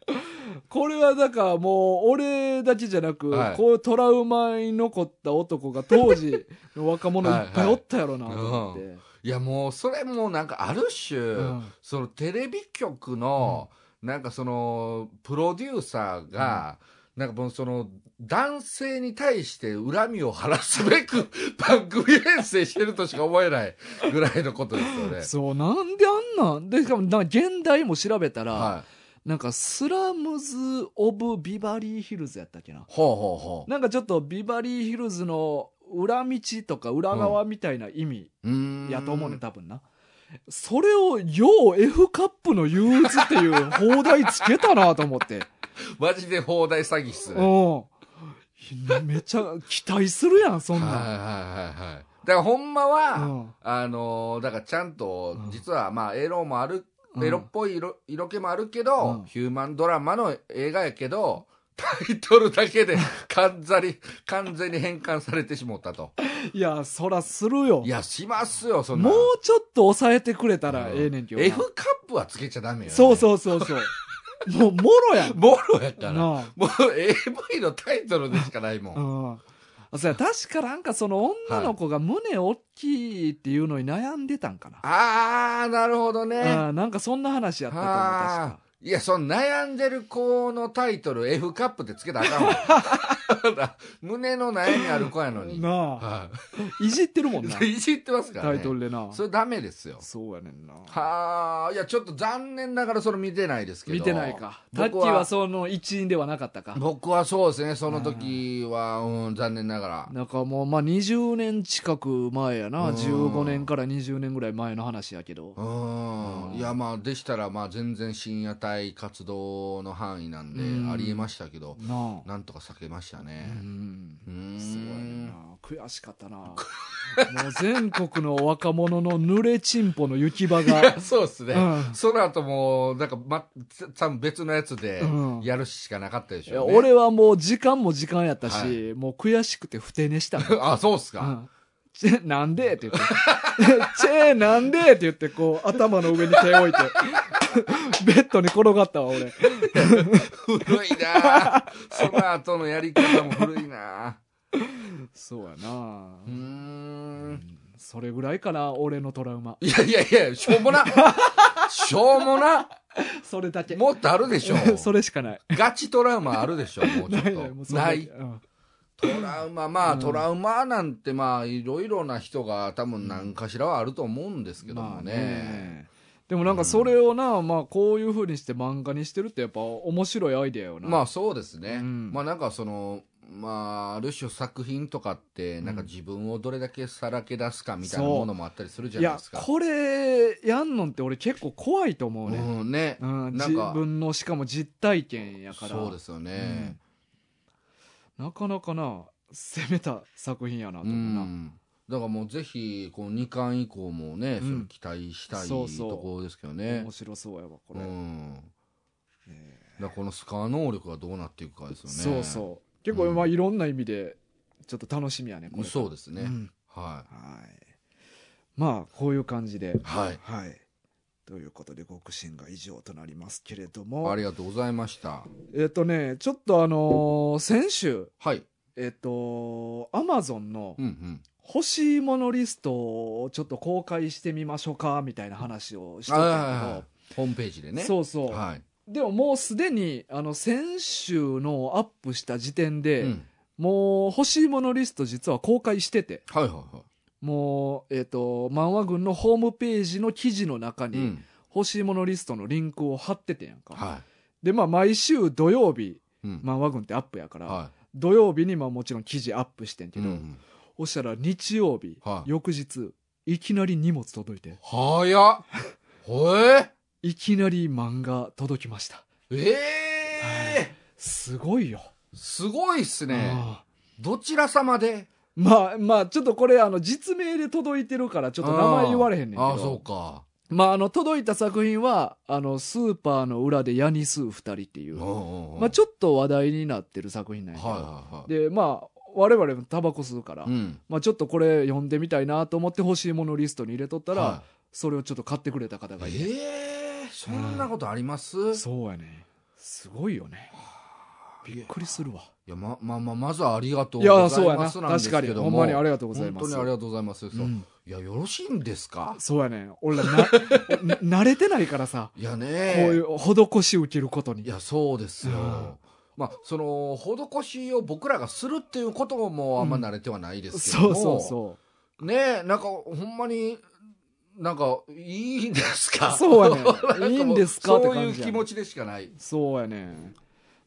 これはだからもう俺だけじゃなく、
はい
こういうトラウマに残った男が当時の若者いっぱいおったやろなと思って。
いやもうそれもなんかある種、
うん
そのテレビ局の、なんかそのプロデューサーが、なんかもうその男性に対して恨みを晴らすべく 番組編成してるとしか思えないぐらいのことですよね。
そうなんであんなんでしかもなんか現代も調べたら、
はい、
なんかスラムズ・オブ・ビバリーヒルズやったっけな
ほうほうほ
なんかちょっとビバリーヒルズの裏道とか裏側みたいな意味
う。うーん
やと思うね多分なそれを「よう F カップの憂鬱」っていう放題つけたなと思 って
マジで放題詐欺っすね。
うんめちゃ期待するやんそん
はいはい
なん、
はいはい。だからほんまは、
うん
あのーだからちゃんと
うん
実はまあエロもある、
うん
エロっぽい色色気もあるけど、
うん
ヒューマンドラマの映画やけど タイトルだけで完全に完全に変換されてしもったと
いやそらするよ
いやしますよそんな
もうちょっと抑えてくれたら
うん
ええねんけどな、
F カップはつけちゃダメよ、ね、
そう
う
そうそう そうもうもろやん
ボロやからも
な
う AV のタイトルでしかないもん、
あ、うん、あそうや確かなんかその女の子が胸大きいっていうのに悩んでたんかな、
ああなるほどね
あーなんかそんな話やったと思う確
あ
か
ーいや、その悩んでる子のタイトル F カップってつけたらあか んわ。 胸の悩みある子やのに。
なあ
はい
じってる もんな、
い。いじってますから
タ
ね。
イトルでな
それダメですよ。
そうやねんな
はあ、いや、ちょっと残念ながらそれ見てないですけど。
見てないかタッキ
僕
ーは
は、
その一員ではなかったか
僕はそうですね、その時は、うん、残念ながら。
なんかもうまあ20年近く前やな
うん
15年から20年ぐらい前の話やけど
うーんいやまあでしたらまあ全然深夜帯活動の範囲な
う
ん
ん
でありえましたけど
なあ
なんとか避けました
う
ね
ん
うーん
すごいな悔しかったな もう全国の若者の濡れちんぽの行き場
い
が
や、 そうですね。
うん
その後も、なんか、ま、多分別のやつで
うん、
やるしかなかった で
い
し
や
ょう、ね
俺はもう時間も時間やったし、
は
もう悔しくてふて寝 したの
あ、そうっす
う
か。
んチェなんでって言って。 チェなんでって言って、こう、頭の上に手を置いて。 ベッドに転がったわ、俺。
古い なぁその後のやり方も古いな
そうやな
ぁうーん。
それぐらいかな、俺のトラウマ。
いやいやいや、しょ うもな。しょうもな。
それだけ。
もっとあるでしょ
それしかない。
ガチトラウマあるでしょもうちょっ
ないない、もう
と。
それだ
な
け
い。
うん
トラウマ、ま
う
あ、
ん
トラウマなんて、まあ、いろいろな人が多分何かしらはあると思うんですけど
ま
も
あ
ね。
ね。でもなんかそれをな、まあこういう風にして漫画にしてるってやっぱ面白いアイデアよな。
まあそうですね、
うん
まあなんかそのまあある種作品とかってなんか自分をどれだけさらけ出すかみたいな
そう
ものもあったりするじゃ
い
ないで
や
す、か。
これやんのんって俺結構怖いと思うね。
うんね、
うん、
な
自
んか
分のしかも実体験やから
そうですよね。
なかなかな攻めた作品やなと
う
思うな、
んだからもうぜひこう2巻以降もね、
うん
それ期待したい
そうそう
ところですけどね
面。白そうやわこ
う
れ、
ん、
ね
だからこのスカー能力がどうなっていくかですよね。
そうそう結構、
うん
まあいろんな意味でちょっと楽しみやねこれ
そうですね。
うん
は
はいまあこういう感じで
い、はい、
はいということで極真が以上となりますけれども
ありがとうございました。
えっ、とねちょっとあのー先週
はい、
えっ、とアマゾンの
うんうん、
欲しいものリストをちょっと公開してみましょうかみたいな話をしてたん
あ
や
ーホームページで
けど、
ね。
そうそう、
はい。
でももうすでにあの先週のアップした時点で、
うん
もう欲しいものリスト実は公開してて
はいはいは
もうえっ、と漫画軍のホームページの記事の中
い。う
に
ん。
欲しいものリストのリンクを貼っててんやんか、
は
でまあ毎週土曜日
い。うん。
漫画軍ってアップやから、
は
土曜日にまあもちろん記事アップしてん
い。
け
う
ど、
ん。
そしたら日曜日、
はい
翌日いきなり荷物届いて
早っ。ほえ
いきなり漫画届きました
ええ
すごいよ、
すごいっすね。
ああ
どちら様で
まあまあちょっとこれあの実名で届いてるからちょっと名前言われへんねんけど
あーあー、そうか。
まああの届いた作品はあのスーパーの裏でヤニスー2人っていう
うんうんうん
まあちょっと話題になってる作品なんやけど、
はいはいはい。
でまあ我々もタバコ吸うから、
うん。
まあ、ちょっとこれ読んでみたいなと思って欲しいものリストに入れとったら、
は
それをちょっと買ってくれた方がいて、
ええそんなことあります、い
そうやねすごいよねびっくりするわ
や、ま、まあまあ、まずはありがとう
い
ござい
や
ます。
そうやな
なんで
確
す
か
け
に
ど
ほ
も
んまにありがとうございます
本当にありがとうございます。そう
うん
いや、よろしいんですか
そうやね俺らな な慣れてないからさ
いや
こう
ね
いう施し受けることに
いや、そうですよ。
うん
まあ、その、施しを僕らがするっていうこともあんま慣れてはないですけども、
そうそうそう
ねえ、なんか、ほんまに、なんか、いいんですか
そうやね
なんも
いいんですかって感じやね
そういう気持ちでしかない。
そうやね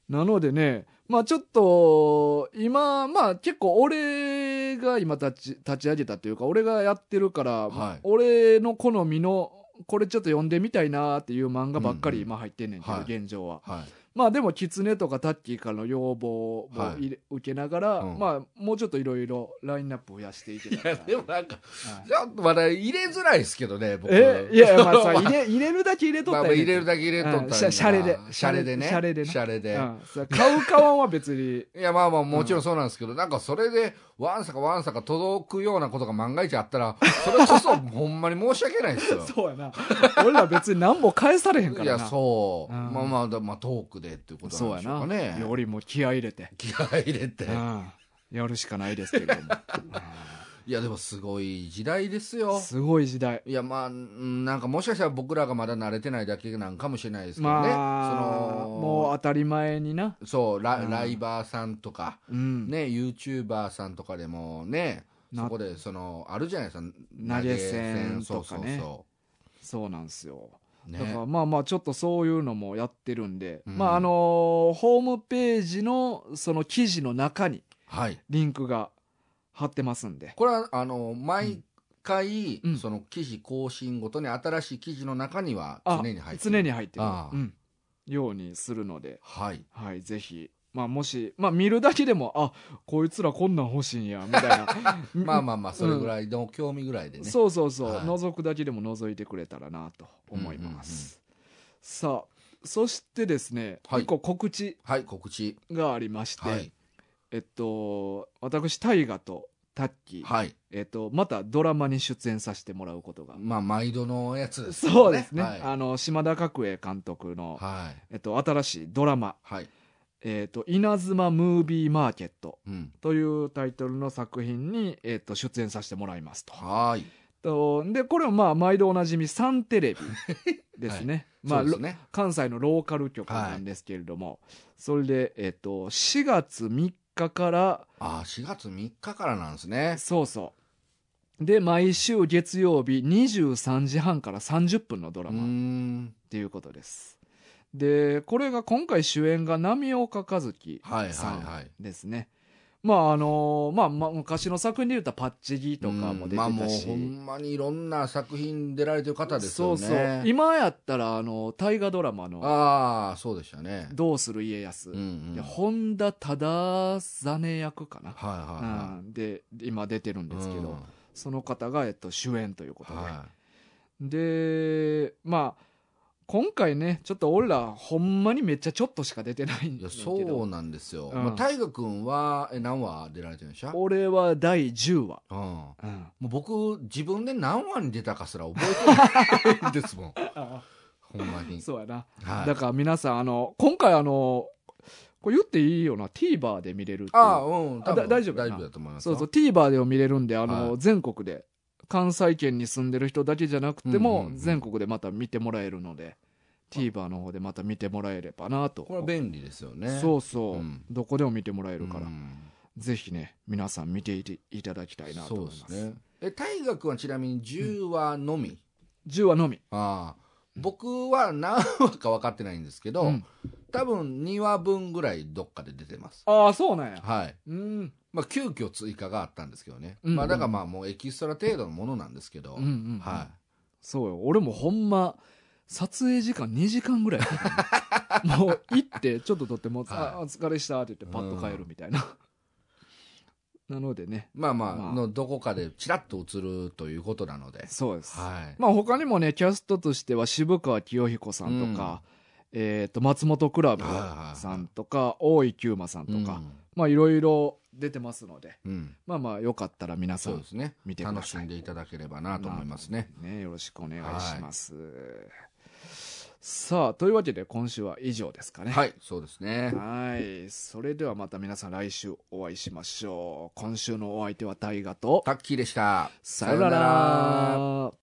なのでねまあちょっと今まあ結構俺が今立ち立ち上げたっていうか俺がやってるから、
はい
俺の好みのこれちょっと読んでみたいなっていう漫画ばっか
う
り
んうん
今入ってんねんけど、
はい
現状は
はい。
まあでも「キツネ」とか「タッキー」からの要望も
はい
入れ受けながら、
うん
まあもうちょっといろいろラインナップ増やしていけ
い
たら
や、
な
でもなんか、
はい
ちょっとまだ入れづらいですけどね、僕。
えいやいやまあさ
まあ
入れ入れるだけ入れとっ
ま
た
あ
ら
ま
え
あ
えねんけ
入れ
ど
るだけ入れとったらいいな
うんシャシャレで
シャレでね。
シャレでな
シャレで
うんさ買う買わんは別に
いや、まあまあ、もちろんそうなんですけど、なんかそれで、わんさかわんさか届くようなことが万が一あったら、それこそ、ほんまに申し訳ないです よ。
そうやな。俺ら別に何も返されへんか
い
ら
や、
な。
そう。
うん
まあまあ、だまあ、トークでっていうことなんでしょうかね。
よりも気合い入れて。
気合い入れて
う。ん。やるしかないですけれ ども。
いや、でもすごい時代です
うん
よ。
すごい時代。
いや、まあ、うんなんかもしかしたら僕らがまだ慣れてないだけなんかもしれないですけどね。
まあ、
その、
もう当たり前にな。
そうラ、
うん
ライバーさんとか、
うん。
ね、YouTuber さんとかでもね、
な
そこで、その、あるじゃないですか。
投げ銭
投
とかね
そ
そうなんですよ。
うそう。
だから
ね。
まあまあちょっとそういうのもやってるんで、
うん
まああのーホームページのその記事の中に
はい。
リンクが貼ってますんで。
これは、あの、毎回、
うん
その記事更新ごとに新しい記事の中には
あ
常に入ってる
常に入ってる。
ああ
うん。ようにするので。
はい。。
はい、ぜひ。まあ、もし、まあ、見るだけでも、あ、こいつらこんなん欲しいんや、みたいな
まあまあまあ、それぐらいの興味ぐらいでね。
そうそうそう、
はい
覗くだけでも覗いてくれたらなと思います。さあ、そしてですね、
はい
一個告知
はい、告知。
がありまして、
はい。
えっと、私、大ガとタッキー、
はい。
えっと、またドラマに出演させてもらうことが。
まあ、毎度のやつですよ
そうですね、
はい。
あの島田角栄監督の、
はい。
えっと、新しいドラマ
はい。
「えっと、稲妻ムービーマーケット」
うん。
というタイトルの作品に、えっと出演させてもらいますと。
はーい。
とでこれはまあ毎度おなじみサンテ レビですね。まあ
そうですね。
ろ関西のローカル局なんですけれども、それで、えっと4月3日から
ああ、4月3日からなんですね。
そうそうで毎週月曜日23時半から30分のド
う
ラ
ー
マっ
ん。
ていうことです。でこれが今回主演が波岡一樹
はいはい
さん
はい。
ですね。まああのまあ、まあ昔の作品で言うとパッチギとかも出て
うんまあ
た
もう
し、
ほんまにいろんな作品出られてる方ですよね。
そうそう今やったらあの大河ドラマの
ああ、そうでしたね。
「どうする家康」
うんうん。
で
はい
本田忠真役かな、
は
うんで今出てるん
いはい。
ですけど、
うん
その方が、えっと、主演ということで、
は
でまあ今回ねちょっと俺らほんまにめっちゃちょっとしか出てないん
い。い
だ
や、
け
そう
ど
なんですよ。
うん
まあ、大河君は、え、何話出られてるんでしょ
俺は第10話、
うん。も
うん、
う僕、自分で何話に出たかすら覚えてないです もん。ほんまに。
そうやな
はい。
だから皆さん、あの、今回あの、これ言っていいよな、TVer で見れるっていう
ああ、うん、多分
だ大丈夫やな
大丈夫だと思います
そ
よ。
うそう、TVer でも見れるんで、あの、
はい
全国で、関西圏に住んでる人だけじゃなくても、
うんうんうん
全国でまた見てもらえるので、TVer の方でまた見てもらえればなと。
これは便利ですよね。
そううそう、
ん
どこでも見てもらえ
す
るから、ぜひね、皆さん見ていていただきたいなと
そう
思い
です
ます。
ね。え、大河君はちなみに10話のみ。
10話のみ。
ああ。僕は何話か分かってないんですけど、
うん
多分2話分ぐらいどっかで出てます。
ああ、そうなんや。
はい。
うん。
まあ、急遽追加があったんですけどね。
うんうん
まあ、だからまあ、もうエキストラ程度のものなんですけど、
うんうんうん
は
そうよ。俺もほんま、撮影時間2時間ぐらい かかる。もう行って、ちょっと撮ってもう、
はい
あお疲れしたって言ってパッと帰るみたいな。 なのでね、
い。まあまあ、
まあ
のどこかでチラッと映るということなので、
そうです。
はい。
まあ他にもね、キャストとしては渋川清彦さんとか、えっ、と、松本クラブさんとか、大井久馬さんとか、
うん
まあいろいろ出てますので、
うん、
まあまあ、よかったら皆さ
そうんで、すね
見てください
楽しんでいただければなと思いますね
ね、よろしくお願いします。さあ、というわけで今週は以上ですかね。
はいそうですね
はい。それではまた皆さん来週お会いしましょう。今週のお相手は大河と、
タッキーでした
さよなら。